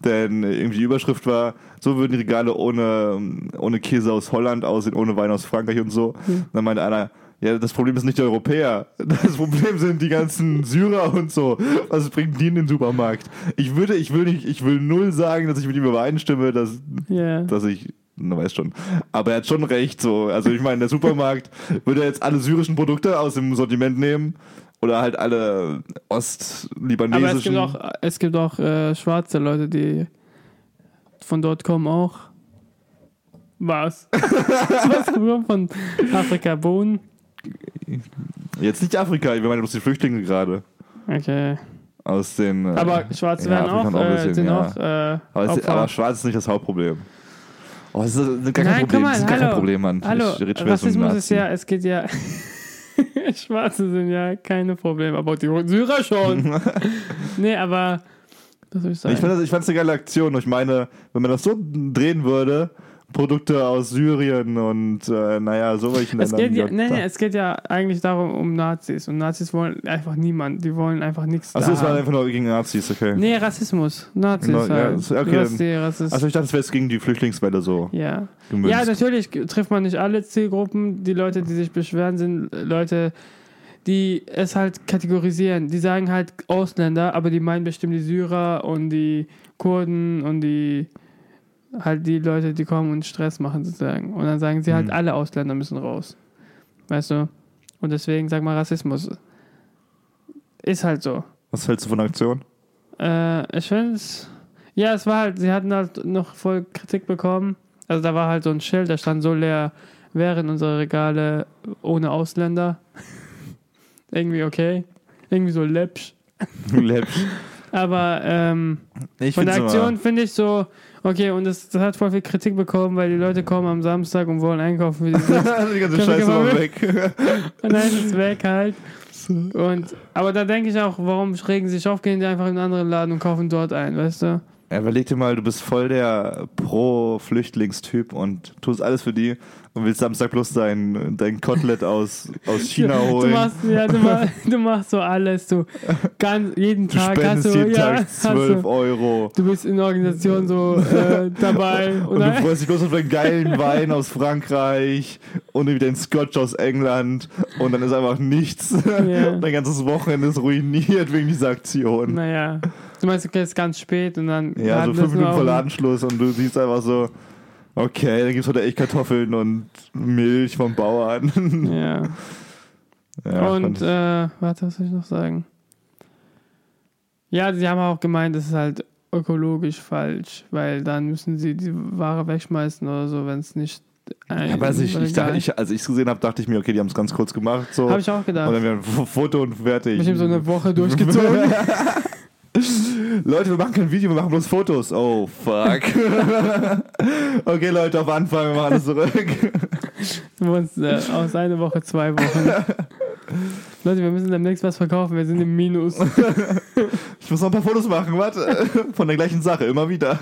[SPEAKER 2] Denn irgendwie die Überschrift war, so würden die Regale ohne, ohne Käse aus Holland aussehen, ohne Wein aus Frankreich und so. Dann meinte einer, ja, das Problem ist nicht die Europäer. Das Problem sind die ganzen Syrer und so. Was bringen die in den Supermarkt? Ich würde, ich will nicht, ich will null sagen, dass ich mit ihm übereinstimme, dass
[SPEAKER 1] Ja.
[SPEAKER 2] dass ich, na weiß schon, aber er hat schon recht so. Also ich meine, der Supermarkt würde er jetzt alle syrischen Produkte aus dem Sortiment nehmen oder halt alle
[SPEAKER 1] Aber es gibt
[SPEAKER 2] ostlibanesischen.
[SPEAKER 1] auch, es gibt auch äh, schwarze Leute, die von dort kommen auch.
[SPEAKER 2] [laughs]
[SPEAKER 1] Was? Was rühren von Afrika Bohnen?
[SPEAKER 2] Jetzt nicht Afrika, wir meinen bloß die Flüchtlinge gerade
[SPEAKER 1] Okay.
[SPEAKER 2] aus den. äh,
[SPEAKER 1] Aber Schwarze
[SPEAKER 2] ja,
[SPEAKER 1] werden
[SPEAKER 2] Afrika
[SPEAKER 1] auch,
[SPEAKER 2] ein
[SPEAKER 1] äh,
[SPEAKER 2] bisschen,
[SPEAKER 1] sind
[SPEAKER 2] ja.
[SPEAKER 1] auch äh,
[SPEAKER 2] aber, es,
[SPEAKER 1] Opfer.
[SPEAKER 2] aber schwarz ist nicht das Hauptproblem. Oh, es ist gar kein
[SPEAKER 1] Nein,
[SPEAKER 2] Problem,
[SPEAKER 1] komm mal,
[SPEAKER 2] das ist gar
[SPEAKER 1] hallo,
[SPEAKER 2] kein Problem, Mann.
[SPEAKER 1] Hallo,
[SPEAKER 2] ich red schwer so
[SPEAKER 1] Rassismus
[SPEAKER 2] ein
[SPEAKER 1] ist ja, es geht ja. [laughs] Schwarze sind ja keine Probleme, aber die Syrer schon.
[SPEAKER 2] [laughs]
[SPEAKER 1] nee, aber. Was soll ich sagen?
[SPEAKER 2] Ich fand das- ich fand's eine geile Aktion. Ich meine, wenn man das so drehen würde, Produkte aus Syrien und äh, naja, so welchen
[SPEAKER 1] es geht ja, ne,
[SPEAKER 2] Gott,
[SPEAKER 1] nee,
[SPEAKER 2] da-
[SPEAKER 1] nee, es geht ja eigentlich darum, um Nazis. Und Nazis wollen einfach niemand. Die wollen einfach nichts.
[SPEAKER 2] Achso,
[SPEAKER 1] da
[SPEAKER 2] Also, es war
[SPEAKER 1] haben.
[SPEAKER 2] einfach nur gegen Nazis, okay.
[SPEAKER 1] Nee, Rassismus. Nazis.
[SPEAKER 2] Genau, ja,
[SPEAKER 1] halt.
[SPEAKER 2] das- okay, also
[SPEAKER 1] Rasti, Rassist.
[SPEAKER 2] Achso, ich dachte, es wäre jetzt gegen die Flüchtlingswelle so.
[SPEAKER 1] ja.
[SPEAKER 2] gemünzt.
[SPEAKER 1] Ja, natürlich g- trifft man nicht alle Zielgruppen. Die Leute, die sich beschweren, sind Leute, die es halt kategorisieren. Die sagen halt Ausländer, aber die meinen bestimmt die Syrer und die Kurden und die halt die Leute, die kommen und Stress machen sozusagen. Und dann sagen sie halt,
[SPEAKER 2] Mhm.
[SPEAKER 1] alle Ausländer müssen raus. Weißt du? Und deswegen sag mal Rassismus. Ist halt so.
[SPEAKER 2] Was hältst du von der Aktion?
[SPEAKER 1] Äh, ich finde es. Ja, es war halt, sie hatten halt noch voll Kritik bekommen. Also da war halt so ein Schild, da stand so leer, wären unsere Regale ohne Ausländer. [laughs] Irgendwie okay. Irgendwie so läppsch.
[SPEAKER 2] Läppsch.
[SPEAKER 1] Aber ähm,
[SPEAKER 2] Ich
[SPEAKER 1] von der
[SPEAKER 2] find's
[SPEAKER 1] Aktion
[SPEAKER 2] immer-
[SPEAKER 1] finde ich so, okay, und das, das hat voll viel Kritik bekommen, weil die Leute kommen am Samstag und wollen einkaufen. Wie [laughs] die
[SPEAKER 2] [laughs]
[SPEAKER 1] sind.
[SPEAKER 2] die ganze
[SPEAKER 1] Können wir
[SPEAKER 2] Scheiße
[SPEAKER 1] mal
[SPEAKER 2] war weg.
[SPEAKER 1] Und dann ist es weg halt. Und, aber da denke ich auch, warum regen sie sich auf, gehen die einfach in einen anderen Laden und kaufen dort ein, weißt du?
[SPEAKER 2] [laughs] ja, überleg dir mal, du bist voll der Pro-Flüchtlingstyp und tust alles für die und willst Samstag bloß dein, dein Kotelett aus, aus China
[SPEAKER 1] Du
[SPEAKER 2] holen.
[SPEAKER 1] machst, ja, du, machst, [laughs] du machst so alles, du. Ganz, jeden
[SPEAKER 2] du
[SPEAKER 1] Tag hast
[SPEAKER 2] spendest
[SPEAKER 1] du,
[SPEAKER 2] jeden
[SPEAKER 1] Ah, ja, [laughs]
[SPEAKER 2] Tag
[SPEAKER 1] hast
[SPEAKER 2] 12
[SPEAKER 1] du,
[SPEAKER 2] Euro.
[SPEAKER 1] du bist in der Organisation so äh, dabei.
[SPEAKER 2] [laughs] Und du
[SPEAKER 1] Oder? [laughs]
[SPEAKER 2] freust dich bloß auf deinen geilen Wein aus Frankreich und irgendwie den Scotch aus England und dann ist einfach nichts.
[SPEAKER 1] Ja.
[SPEAKER 2] [laughs] Dein ganzes Wochenende ist ruiniert wegen dieser Aktion.
[SPEAKER 1] Naja, du meinst, okay, es ist ganz spät und dann.
[SPEAKER 2] Ja, so
[SPEAKER 1] hatten
[SPEAKER 2] fünf
[SPEAKER 1] das nur
[SPEAKER 2] Minuten vor
[SPEAKER 1] auf-
[SPEAKER 2] Ladenschluss und du siehst einfach so, okay, dann gibt's heute echt Kartoffeln und Milch vom Bauern. [laughs]
[SPEAKER 1] Ja.
[SPEAKER 2] Ja,
[SPEAKER 1] und
[SPEAKER 2] fand ich-
[SPEAKER 1] äh, warte, was soll ich noch sagen? Ja, sie haben auch gemeint, das ist halt ökologisch falsch, weil dann müssen sie die Ware wegschmeißen oder so, wenn es nicht. Äh,
[SPEAKER 2] aber als ich, ich, dachte, ich, als ich es gesehen habe, dachte ich mir, okay, die haben es ganz kurz gemacht. So.
[SPEAKER 1] Habe ich auch
[SPEAKER 2] und
[SPEAKER 1] gedacht.
[SPEAKER 2] dann wieder ein F- Foto und fertig.
[SPEAKER 1] Bestimmt so eine
[SPEAKER 2] [laughs]
[SPEAKER 1] Woche durchgezogen.
[SPEAKER 2] Leute, wir machen kein Video, wir machen bloß Fotos. Oh,
[SPEAKER 1] [laughs]
[SPEAKER 2] fuck. okay, Leute, auf Anfang, wir machen alles zurück.
[SPEAKER 1] Wir wollen es, äh, aus einer Woche zwei Wochen.
[SPEAKER 2] [laughs]
[SPEAKER 1] Leute, wir müssen demnächst was verkaufen, wir sind im Minus.
[SPEAKER 2] Ich muss noch ein paar Fotos machen, warte. Von der gleichen Sache, immer wieder.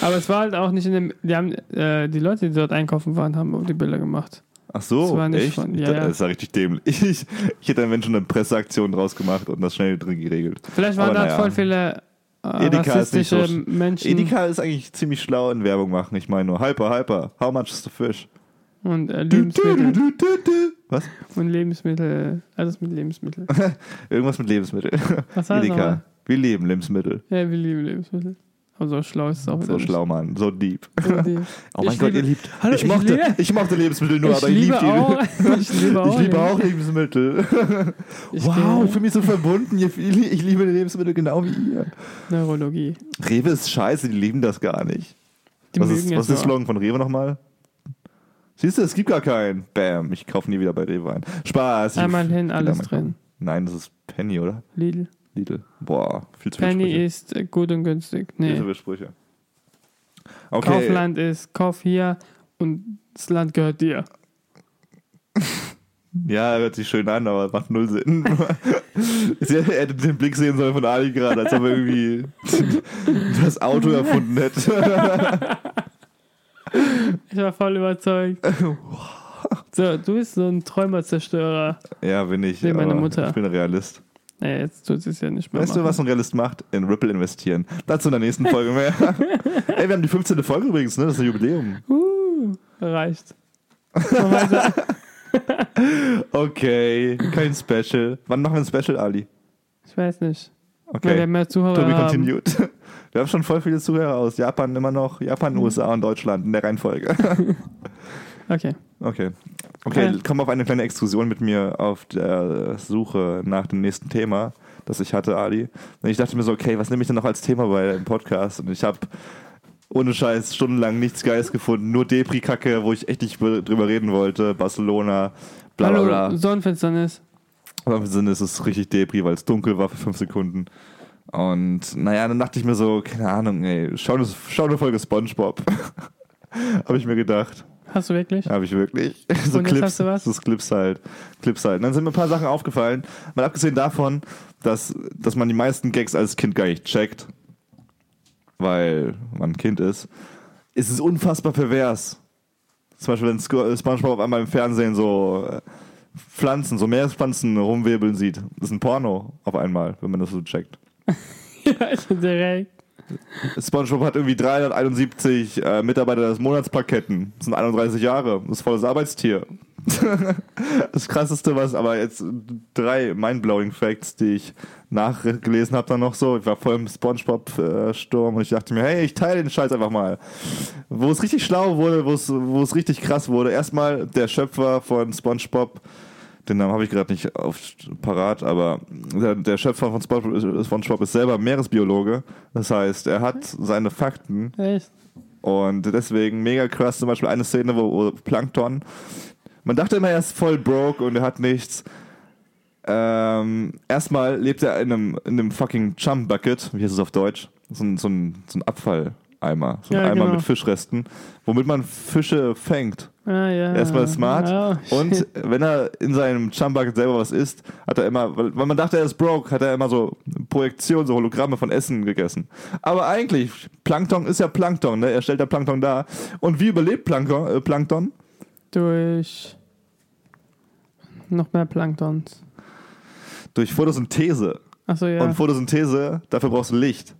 [SPEAKER 1] Aber es war halt auch nicht in dem. Die, haben, äh, die Leute, die dort einkaufen waren, haben auch die Bilder gemacht.
[SPEAKER 2] Ach
[SPEAKER 1] Das
[SPEAKER 2] so,
[SPEAKER 1] war nicht
[SPEAKER 2] echt?
[SPEAKER 1] von-
[SPEAKER 2] Ich
[SPEAKER 1] ja,
[SPEAKER 2] dachte,
[SPEAKER 1] ja.
[SPEAKER 2] Das war richtig dämlich. [laughs] Ich, ich hätte dann wenn schon eine Presseaktion draus gemacht und das schnell drin geregelt.
[SPEAKER 1] Vielleicht waren
[SPEAKER 2] Aber
[SPEAKER 1] da
[SPEAKER 2] naja.
[SPEAKER 1] voll viele äh,
[SPEAKER 2] Edeka ist nicht
[SPEAKER 1] rassistische
[SPEAKER 2] so-
[SPEAKER 1] Menschen.
[SPEAKER 2] Edeka ist eigentlich ziemlich schlau in Werbung machen. Ich meine nur, hyper, hyper, how much is the fish?
[SPEAKER 1] Und äh,
[SPEAKER 2] Du, du, du,
[SPEAKER 1] [laughs] Lebensmittel.
[SPEAKER 2] du, du, du. Was?
[SPEAKER 1] Und Lebensmittel. Alles mit Lebensmittel.
[SPEAKER 2] Irgendwas mit Lebensmittel.
[SPEAKER 1] Was war das nochmal?
[SPEAKER 2] Edeka. Wir leben Lebensmittel.
[SPEAKER 1] Ja, wir lieben Lebensmittel. Aber so schlau ist es auch
[SPEAKER 2] So
[SPEAKER 1] wieder
[SPEAKER 2] schlau, Mann. So deep.
[SPEAKER 1] nicht. So deep.
[SPEAKER 2] Oh mein
[SPEAKER 1] Ich
[SPEAKER 2] Gott,
[SPEAKER 1] liebe-
[SPEAKER 2] ihr liebt.
[SPEAKER 1] Hallo,
[SPEAKER 2] ich,
[SPEAKER 1] ich
[SPEAKER 2] mochte,
[SPEAKER 1] liebe-
[SPEAKER 2] ich mochte Lebensmittel [laughs] nur,
[SPEAKER 1] Ich
[SPEAKER 2] aber
[SPEAKER 1] liebe
[SPEAKER 2] ich liebe
[SPEAKER 1] auch-
[SPEAKER 2] die.
[SPEAKER 1] ich liebe auch
[SPEAKER 2] [laughs] ich liebe auch
[SPEAKER 1] Lebensmittel.
[SPEAKER 2] Lebensmittel.
[SPEAKER 1] Ich
[SPEAKER 2] wow,
[SPEAKER 1] gehe-
[SPEAKER 2] ich fühle mich so verbunden. Ihr- Ich liebe Lebensmittel genau wie ihr.
[SPEAKER 1] Neurologie.
[SPEAKER 2] Rewe ist scheiße, die lieben das gar nicht.
[SPEAKER 1] Die
[SPEAKER 2] was
[SPEAKER 1] mögen
[SPEAKER 2] ist,
[SPEAKER 1] es
[SPEAKER 2] was ist der
[SPEAKER 1] nur.
[SPEAKER 2] Slogan von Rewe nochmal? Siehst du, es gibt gar keinen. Bam, ich kaufe nie wieder bei Rewe ein. Spaß. ich-
[SPEAKER 1] Einmal hin,
[SPEAKER 2] ich-
[SPEAKER 1] alles
[SPEAKER 2] damit- um.
[SPEAKER 1] drin.
[SPEAKER 2] Nein, das ist Penny, oder?
[SPEAKER 1] Lidl.
[SPEAKER 2] Lidl. Boah, viel zu viele
[SPEAKER 1] Penny
[SPEAKER 2] Sprüche.
[SPEAKER 1] ist äh, gut und günstig.
[SPEAKER 2] Viel
[SPEAKER 1] Nee.
[SPEAKER 2] zu viele Sprüche. Also, Okay.
[SPEAKER 1] Kaufland ist Kauf hier und das Land gehört dir.
[SPEAKER 2] Ja, hört sich schön an, aber macht null Sinn. [laughs] Sie hätte den Blick sehen sollen von Ali gerade, als ob er irgendwie [laughs] das Auto erfunden hätte. [laughs]
[SPEAKER 1] Ich war voll
[SPEAKER 2] [laughs]
[SPEAKER 1] überzeugt. So, du bist so ein Träumerzerstörer.
[SPEAKER 2] ja, bin ich.
[SPEAKER 1] Wie meine
[SPEAKER 2] aber
[SPEAKER 1] Mutter.
[SPEAKER 2] Ich bin ein Realist.
[SPEAKER 1] Naja, jetzt tut sie es ja nicht mehr.
[SPEAKER 2] Weißt du, was
[SPEAKER 1] machen.
[SPEAKER 2] ein Realist macht? In Ripple investieren. Dazu in der nächsten Folge mehr.
[SPEAKER 1] [laughs]
[SPEAKER 2] Ey, wir haben die 15. Folge übrigens, ne? Das ist ein Jubiläum.
[SPEAKER 1] Uh, reicht. Mach weiter.
[SPEAKER 2] [laughs] Okay, kein Special. Wann machen wir ein Special, Ali?
[SPEAKER 1] Ich weiß nicht. Weil wir ähm,
[SPEAKER 2] Okay,
[SPEAKER 1] mehr Zuhörer
[SPEAKER 2] to be
[SPEAKER 1] haben.
[SPEAKER 2] continued. [laughs] Wir haben schon voll viele Zuhörer aus Japan immer noch.
[SPEAKER 1] Mhm.
[SPEAKER 2] Japan, USA und Deutschland in der Reihenfolge.
[SPEAKER 1] Okay.
[SPEAKER 2] Okay. Okay,
[SPEAKER 1] Okay.
[SPEAKER 2] komm auf eine kleine Exkursion mit mir auf der Suche nach dem nächsten Thema, das ich hatte, Ali. Und ich dachte mir so, okay, was nehme ich denn noch als Thema bei dem Podcast? Und ich habe ohne Scheiß stundenlang nichts Geiles gefunden, nur Depri-Kacke, wo ich echt nicht drüber reden wollte. Barcelona, bla bla bla.
[SPEAKER 1] Hallo, Sonnenfinsternis.
[SPEAKER 2] Aber im Sinne ist es richtig Depri, weil es dunkel war für fünf Sekunden. Und naja, dann dachte ich mir so, keine Ahnung, ey, schau, eine- schau eine Folge Spongebob. [laughs] Habe ich mir gedacht.
[SPEAKER 1] Hast du wirklich?
[SPEAKER 2] Habe ich wirklich. [laughs] So
[SPEAKER 1] Und jetzt
[SPEAKER 2] Clips,
[SPEAKER 1] hast du was?
[SPEAKER 2] So Clips halt. Clips halt. Und dann sind mir ein paar Sachen aufgefallen. Mal abgesehen davon, dass, dass man die meisten Gags als Kind gar nicht checkt, weil man ein Kind ist, ist es unfassbar pervers. Zum Beispiel, wenn Sco- SpongeBob auf einmal im Fernsehen so äh, Pflanzen, so Meerespflanzen rumwebeln sieht. Das ist ein Porno auf einmal, wenn man das so checkt.
[SPEAKER 1] Ja, [laughs] ich bin direkt.
[SPEAKER 2] SpongeBob hat irgendwie 371 äh, Mitarbeiter des Monatsplaketten. Das sind 31 Jahre. Das ist volles Arbeitstier. [laughs] das krasseste was, aber jetzt drei mindblowing Facts, die ich nachgelesen habe dann noch so. Ich war voll im SpongeBob-Sturm und ich dachte mir, hey, ich teile den Scheiß einfach mal. Wo es richtig schlau wurde, wo es wo es richtig krass wurde. Erstmal der Schöpfer von SpongeBob den Namen habe ich gerade nicht auf parat, aber der, der Schöpfer von SpongeBob, SpongeBob ist selber Meeresbiologe. Das heißt, er hat seine Fakten
[SPEAKER 1] Echt?
[SPEAKER 2] und deswegen mega krass. Zum Beispiel eine Szene, wo, wo Plankton, man dachte immer, er ist voll broke und er hat nichts. Ähm, erstmal lebt er in einem, in einem fucking Chum Bucket, wie heißt es auf Deutsch? So ein, so ein, so ein Abfalleimer, so ein
[SPEAKER 1] Ja,
[SPEAKER 2] Eimer
[SPEAKER 1] genau.
[SPEAKER 2] mit Fischresten, womit man Fische fängt.
[SPEAKER 1] Ah, ja.
[SPEAKER 2] Erstmal smart.
[SPEAKER 1] Oh,
[SPEAKER 2] Und
[SPEAKER 1] shit.
[SPEAKER 2] wenn er in seinem Chumbucket selber was isst, hat er immer, weil weil man dachte, er ist broke, hat er immer so Projektionen, so Hologramme von Essen gegessen. Aber eigentlich, Plankton ist ja Plankton, ne? Er stellt ja Plankton dar. Und wie überlebt Plankton? Äh, Plankton?
[SPEAKER 1] Durch noch mehr Planktons.
[SPEAKER 2] Durch Photosynthese.
[SPEAKER 1] Achso, ja.
[SPEAKER 2] Und Photosynthese, dafür brauchst du Licht.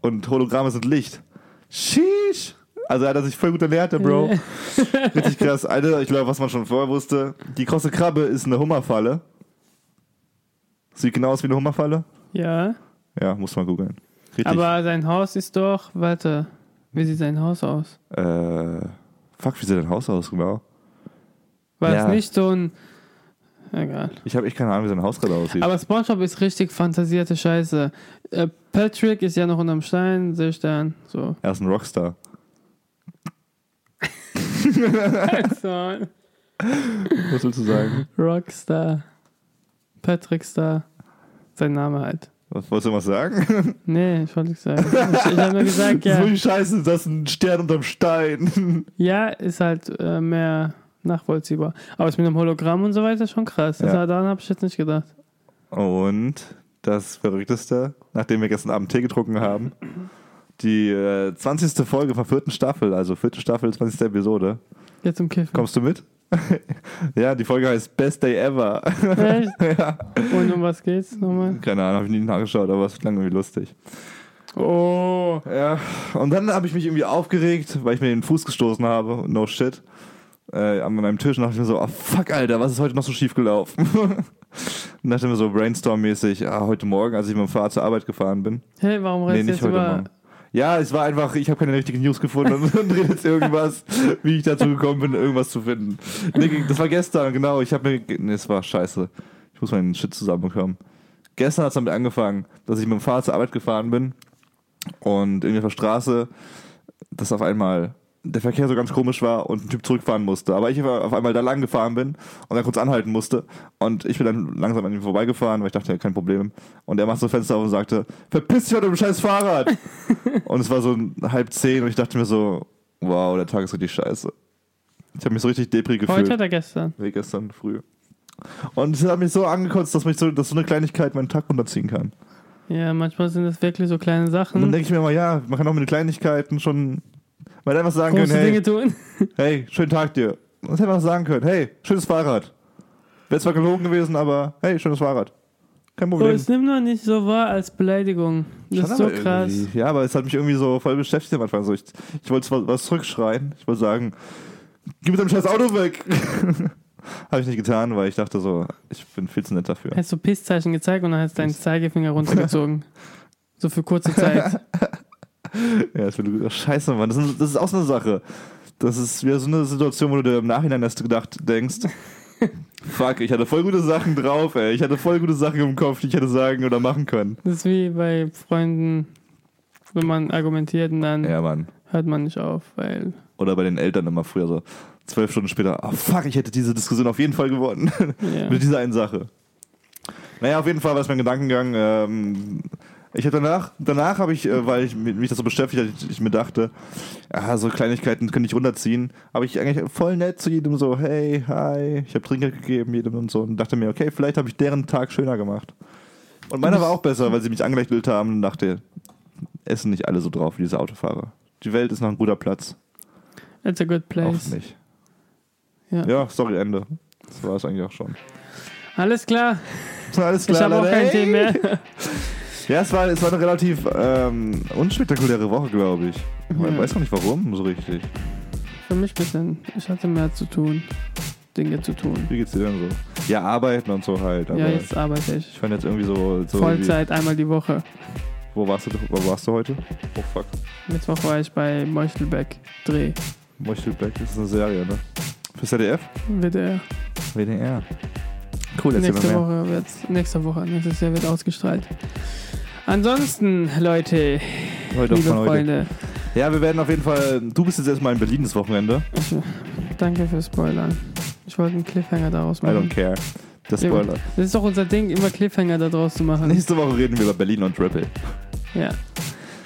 [SPEAKER 2] Und Hologramme sind Licht. Sheesh! Also hat er sich voll gut ernährt, der Bro. [laughs] Richtig krass. Alter, ich glaube, was man schon vorher wusste, die krosse Krabbe ist eine Hummerfalle. Sieht genau aus wie eine Hummerfalle.
[SPEAKER 1] ja.
[SPEAKER 2] Ja, muss man googeln. Richtig.
[SPEAKER 1] Aber sein Haus ist doch, warte, wie sieht sein Haus aus?
[SPEAKER 2] äh, fuck, wie sieht dein Haus aus, genau?
[SPEAKER 1] War
[SPEAKER 2] Ja.
[SPEAKER 1] es nicht so ein. Egal.
[SPEAKER 2] Ich habe echt keine Ahnung, wie sein Haus gerade aussieht.
[SPEAKER 1] Aber Spongebob ist richtig fantasierte Scheiße. Äh, Patrick ist ja noch unterm Stein, Seestern, so.
[SPEAKER 2] er ist ein Rockstar.
[SPEAKER 1] so.
[SPEAKER 2] Was willst du sagen?
[SPEAKER 1] Rockstar. Patrick Star. Sein Name halt.
[SPEAKER 2] Was, wolltest du was sagen?
[SPEAKER 1] Nee, ich wollte nicht
[SPEAKER 2] [laughs]
[SPEAKER 1] sagen. Ich, ich habe nur gesagt,
[SPEAKER 2] Das ist
[SPEAKER 1] ja.
[SPEAKER 2] wirklich scheiße, das ist ein Stern unterm Stein.
[SPEAKER 1] Ja, ist halt äh, mehr nachvollziehbar. Aber es mit einem Hologramm und so weiter ist schon krass. Das,
[SPEAKER 2] Ja.
[SPEAKER 1] Daran habe ich jetzt nicht gedacht.
[SPEAKER 2] Und das Verrückteste, nachdem wir gestern Abend Tee getrunken haben, die äh, 20. Folge von vierten Staffel, also vierte Staffel, 20. Episode.
[SPEAKER 1] Jetzt zum Kiffen.
[SPEAKER 2] Kommst du mit? [laughs] ja, die Folge heißt Best Day Ever.
[SPEAKER 1] Echt?
[SPEAKER 2] [laughs]
[SPEAKER 1] Und um was geht's nochmal?
[SPEAKER 2] Keine Ahnung, habe ich nie nachgeschaut, aber es klang irgendwie lustig.
[SPEAKER 1] Oh.
[SPEAKER 2] Ja, und dann habe ich mich irgendwie aufgeregt, weil ich mir den Fuß gestoßen habe, no shit, äh, an meinem Tisch und dachte ich mir so, ah fuck, Alter, was ist heute noch so schief gelaufen? [laughs] und dachte mir so brainstorm-mäßig, ah, heute Morgen, als ich mit dem Fahrrad zur Arbeit gefahren bin.
[SPEAKER 1] Hey, warum
[SPEAKER 2] Nee,
[SPEAKER 1] redest du
[SPEAKER 2] nicht
[SPEAKER 1] jetzt
[SPEAKER 2] heute
[SPEAKER 1] über
[SPEAKER 2] Morgen. Ja, es war einfach, ich habe keine richtigen News gefunden und [laughs] rede jetzt irgendwas, wie ich dazu gekommen bin, irgendwas zu finden. Nee, das war gestern, genau. Ich habe mir. ge- Nee, es war scheiße. Ich muss meinen Shit zusammenbekommen. Gestern hat es damit angefangen, dass ich mit dem Fahrrad zur Arbeit gefahren bin und irgendwie auf der Straße, dass auf einmal der Verkehr so ganz komisch war und ein Typ zurückfahren musste. Aber ich auf einmal da lang gefahren bin und dann kurz anhalten musste. Und ich bin dann langsam an ihm vorbeigefahren, weil ich dachte, ja, kein Problem. Und er macht so ein Fenster auf und sagte, verpiss dich von dem
[SPEAKER 1] [laughs]
[SPEAKER 2] scheiß Fahrrad. und es war so ein halb zehn und ich dachte mir so, wow, der Tag ist richtig scheiße. Ich habe mich so richtig depri gefühlt.
[SPEAKER 1] Heute oder gestern?
[SPEAKER 2] Nee, gestern früh. Und es hat mich so angekotzt, dass mich so, dass so eine Kleinigkeit meinen Tag runterziehen kann.
[SPEAKER 1] Ja, manchmal sind das wirklich so kleine
[SPEAKER 2] Und dann
[SPEAKER 1] Sachen.
[SPEAKER 2] denke ich mir immer, ja, man kann auch mit den Kleinigkeiten schon mal einfach sagen
[SPEAKER 1] Große
[SPEAKER 2] können,
[SPEAKER 1] Dinge
[SPEAKER 2] hey,
[SPEAKER 1] tun.
[SPEAKER 2] hey, schönen Tag dir. Man hätte einfach sagen können, hey, schönes Fahrrad. Wäre zwar gelogen gewesen, aber hey, schönes Fahrrad. Kein
[SPEAKER 1] Aber
[SPEAKER 2] [laughs] Problem.
[SPEAKER 1] es nimmt man nicht so wahr als Beleidigung. Oh, Das
[SPEAKER 2] Schon
[SPEAKER 1] ist so
[SPEAKER 2] aber
[SPEAKER 1] krass.
[SPEAKER 2] irgendwie. Ja, aber es hat mich irgendwie so voll beschäftigt am Anfang. So, ich, ich wollte zwar was zurückschreien. Ich wollte sagen, gib mir dein scheiß Auto weg. [laughs] Habe ich nicht getan, weil ich dachte so, ich bin viel zu nett dafür.
[SPEAKER 1] Hast du Pisszeichen gezeigt und dann hast du deinen Zeigefinger
[SPEAKER 2] [laughs]
[SPEAKER 1] runtergezogen. so für kurze Zeit.
[SPEAKER 2] Ja, das wird gut. Scheiße, Mann. Das ist, das ist auch so eine Sache. Das ist wieder so eine Situation, wo du dir im Nachhinein erst gedacht [laughs] denkst, fuck, ich hatte voll gute Sachen drauf, ey. Ich hatte voll gute Sachen im Kopf, die ich hätte sagen oder machen können.
[SPEAKER 1] Das ist wie bei Freunden, wenn man argumentiert und dann
[SPEAKER 2] Ja, Mann.
[SPEAKER 1] hört man nicht auf,
[SPEAKER 2] [laughs]
[SPEAKER 1] weil
[SPEAKER 2] Oder bei den Eltern immer früher so. Zwölf Stunden später, oh fuck, ich hätte diese Diskussion auf jeden Fall gewonnen.
[SPEAKER 1] ja.
[SPEAKER 2] Mit dieser einen Sache. Naja, auf jeden Fall war es mein Gedankengang. Ähm, ich habe danach, danach habe ich, äh, weil ich mi- mich das so beschäftigt hat, ich, ich mir dachte, ah, so Kleinigkeiten könnte ich runterziehen. Aber ich eigentlich voll nett zu jedem so, hey, hi, ich habe Trinkgeld gegeben jedem und so und dachte mir, okay, vielleicht habe ich deren Tag schöner gemacht. Und meiner war auch besser, weil sie mich angelächelt haben und dachte, es sind nicht alle so drauf wie diese Autofahrer. Die Welt ist noch ein guter Platz.
[SPEAKER 1] It's a good
[SPEAKER 2] Auch
[SPEAKER 1] place.
[SPEAKER 2] nicht.
[SPEAKER 1] Ja.
[SPEAKER 2] Ja, sorry, Ende. Das war es eigentlich auch schon.
[SPEAKER 1] Alles klar.
[SPEAKER 2] Alles klar,
[SPEAKER 1] ich habe auch
[SPEAKER 2] Leute.
[SPEAKER 1] kein
[SPEAKER 2] Hey.
[SPEAKER 1] Thema mehr.
[SPEAKER 2] Ja, es war, es war eine relativ ähm, unspektakuläre Woche, glaube ich. Man
[SPEAKER 1] Ja.
[SPEAKER 2] weiß noch nicht warum so richtig.
[SPEAKER 1] Für mich ein bisschen. Ich hatte mehr zu tun. Dinge zu tun.
[SPEAKER 2] Wie geht's dir denn so? Ja, arbeiten und so halt. Aber
[SPEAKER 1] Ja, jetzt arbeite ich.
[SPEAKER 2] ich fand jetzt irgendwie so. so
[SPEAKER 1] Vollzeit, einmal die Woche.
[SPEAKER 2] Wie, wo, warst du, wo warst du heute? Oh fuck.
[SPEAKER 1] Mittwoch war ich bei Meuchelbeck Dreh.
[SPEAKER 2] Mochtel Black das ist eine Serie, ne? Für ZDF? Oh,
[SPEAKER 1] WDR.
[SPEAKER 2] WDR. Cool, erzähl
[SPEAKER 1] Nächste
[SPEAKER 2] mir mehr.
[SPEAKER 1] Woche wird's, nächste Woche, nächstes Jahr wird ausgestrahlt. Ansonsten, Leute,
[SPEAKER 2] Heute
[SPEAKER 1] liebe
[SPEAKER 2] von heute.
[SPEAKER 1] Freunde,
[SPEAKER 2] Ja, wir werden auf jeden Fall. Du bist jetzt erstmal in Berlin das Wochenende.
[SPEAKER 1] ich, danke fürs Spoilern. Ich wollte einen Cliffhanger daraus
[SPEAKER 2] I don't
[SPEAKER 1] machen.
[SPEAKER 2] care. Das
[SPEAKER 1] Mhm. Ja, gut.
[SPEAKER 2] Spoiler.
[SPEAKER 1] Das ist doch unser Ding, immer Cliffhanger daraus zu machen.
[SPEAKER 2] Nächste Woche reden wir über Berlin und Ripple.
[SPEAKER 1] Ja.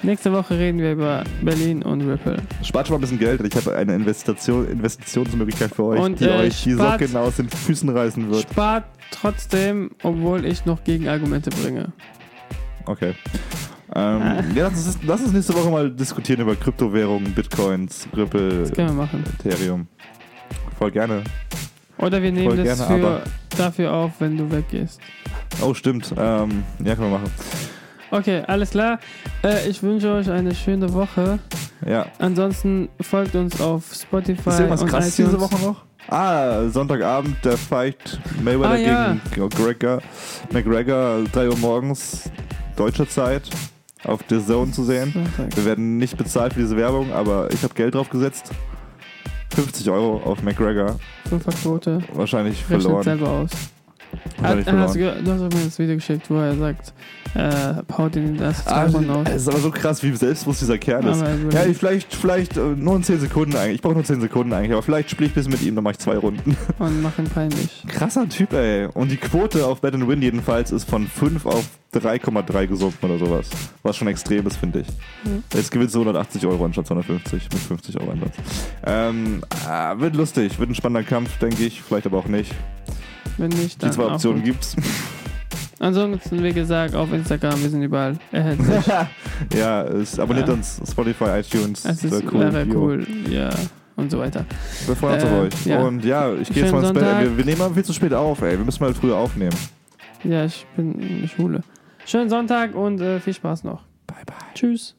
[SPEAKER 1] Nächste Woche reden wir über Berlin und Ripple.
[SPEAKER 2] Spart schon mal ein bisschen Geld. Ich habe eine Investition, Investitionsmöglichkeit für euch,
[SPEAKER 1] Und,
[SPEAKER 2] die
[SPEAKER 1] äh,
[SPEAKER 2] euch die
[SPEAKER 1] spart-
[SPEAKER 2] Socken aus den Füßen reißen wird.
[SPEAKER 1] Spart trotzdem, obwohl ich noch Gegenargumente bringe.
[SPEAKER 2] Okay.
[SPEAKER 1] Ah.
[SPEAKER 2] Ähm, ja, lass uns, lass uns nächste Woche mal diskutieren über Kryptowährungen, Bitcoins, Ripple,
[SPEAKER 1] Das können wir machen.
[SPEAKER 2] Ethereum. Voll gerne.
[SPEAKER 1] Oder wir nehmen
[SPEAKER 2] Voll
[SPEAKER 1] das
[SPEAKER 2] gerne,
[SPEAKER 1] für,
[SPEAKER 2] aber-
[SPEAKER 1] dafür auf, wenn du weggehst.
[SPEAKER 2] Oh, stimmt. Ähm, ja, können wir machen.
[SPEAKER 1] Okay, alles klar. Äh, ich wünsche euch eine schöne Woche.
[SPEAKER 2] Ja.
[SPEAKER 1] Ansonsten folgt uns auf Spotify.
[SPEAKER 2] Ist irgendwas
[SPEAKER 1] und
[SPEAKER 2] krasses
[SPEAKER 1] iTunes.
[SPEAKER 2] diese Woche noch? Ah, Sonntagabend, der Fight Mayweather
[SPEAKER 1] Ah, ja.
[SPEAKER 2] gegen Gregor, McGregor, 3 Uhr morgens, deutscher Zeit, auf The Zone zu sehen.
[SPEAKER 1] Sonntag.
[SPEAKER 2] Wir werden nicht bezahlt für diese Werbung, aber ich habe Geld drauf gesetzt. 50 Euro auf McGregor.
[SPEAKER 1] Fünferquote.
[SPEAKER 2] Wahrscheinlich
[SPEAKER 1] Rechnet
[SPEAKER 2] verloren.
[SPEAKER 1] selber aus. Hat,
[SPEAKER 2] Wahrscheinlich
[SPEAKER 1] Ah, hast du,
[SPEAKER 2] verloren.
[SPEAKER 1] ge- du hast auch mir das Video geschickt, wo er sagt, äh, haut ihn das
[SPEAKER 2] Ah,
[SPEAKER 1] Zweimal aus.
[SPEAKER 2] es ist aber so krass, wie selbstbewusst dieser Kerl ist.
[SPEAKER 1] Aber er will-
[SPEAKER 2] Ja, ich vielleicht, vielleicht äh, nur in 10 Sekunden eigentlich. Ich brauche nur 10 Sekunden eigentlich, aber vielleicht spiele ich bis mit ihm, dann mache ich zwei Runden.
[SPEAKER 1] und mach ihn peinlich.
[SPEAKER 2] Krasser Typ, ey. Und die Quote auf Bet and Win jedenfalls ist von 5 auf 3,3 gesunken oder sowas. Was schon extrem ist, finde ich.
[SPEAKER 1] Mhm.
[SPEAKER 2] Jetzt gewinnst du 180 Euro anstatt 250 mit 50 Euro Einsatz. Ähm, ah, wird lustig, wird ein spannender Kampf, denke ich. Vielleicht aber auch nicht.
[SPEAKER 1] Wenn nicht,
[SPEAKER 2] Die
[SPEAKER 1] dann
[SPEAKER 2] zwei
[SPEAKER 1] auch
[SPEAKER 2] Optionen
[SPEAKER 1] gut. [laughs]
[SPEAKER 2] gibt's. [laughs]
[SPEAKER 1] Ansonsten, wie gesagt, auf Instagram, wir sind überall erhältlich.
[SPEAKER 2] [laughs] ja, es abonniert
[SPEAKER 1] Ja.
[SPEAKER 2] uns Spotify, iTunes.
[SPEAKER 1] Es ist
[SPEAKER 2] Sehr
[SPEAKER 1] wäre
[SPEAKER 2] Jo.
[SPEAKER 1] cool. Ja, und so weiter.
[SPEAKER 2] Wir freuen uns auf
[SPEAKER 1] Äh,
[SPEAKER 2] euch.
[SPEAKER 1] ja.
[SPEAKER 2] Und ja, ich gehe jetzt
[SPEAKER 1] Schönen
[SPEAKER 2] mal ins Bett.
[SPEAKER 1] Sonntag.
[SPEAKER 2] ey. Wir, wir nehmen mal viel zu spät auf, ey. Wir müssen mal früher aufnehmen.
[SPEAKER 1] Ja, ich bin eine Schwule. Schönen Sonntag und äh, viel Spaß noch.
[SPEAKER 2] Bye, bye.
[SPEAKER 1] Tschüss.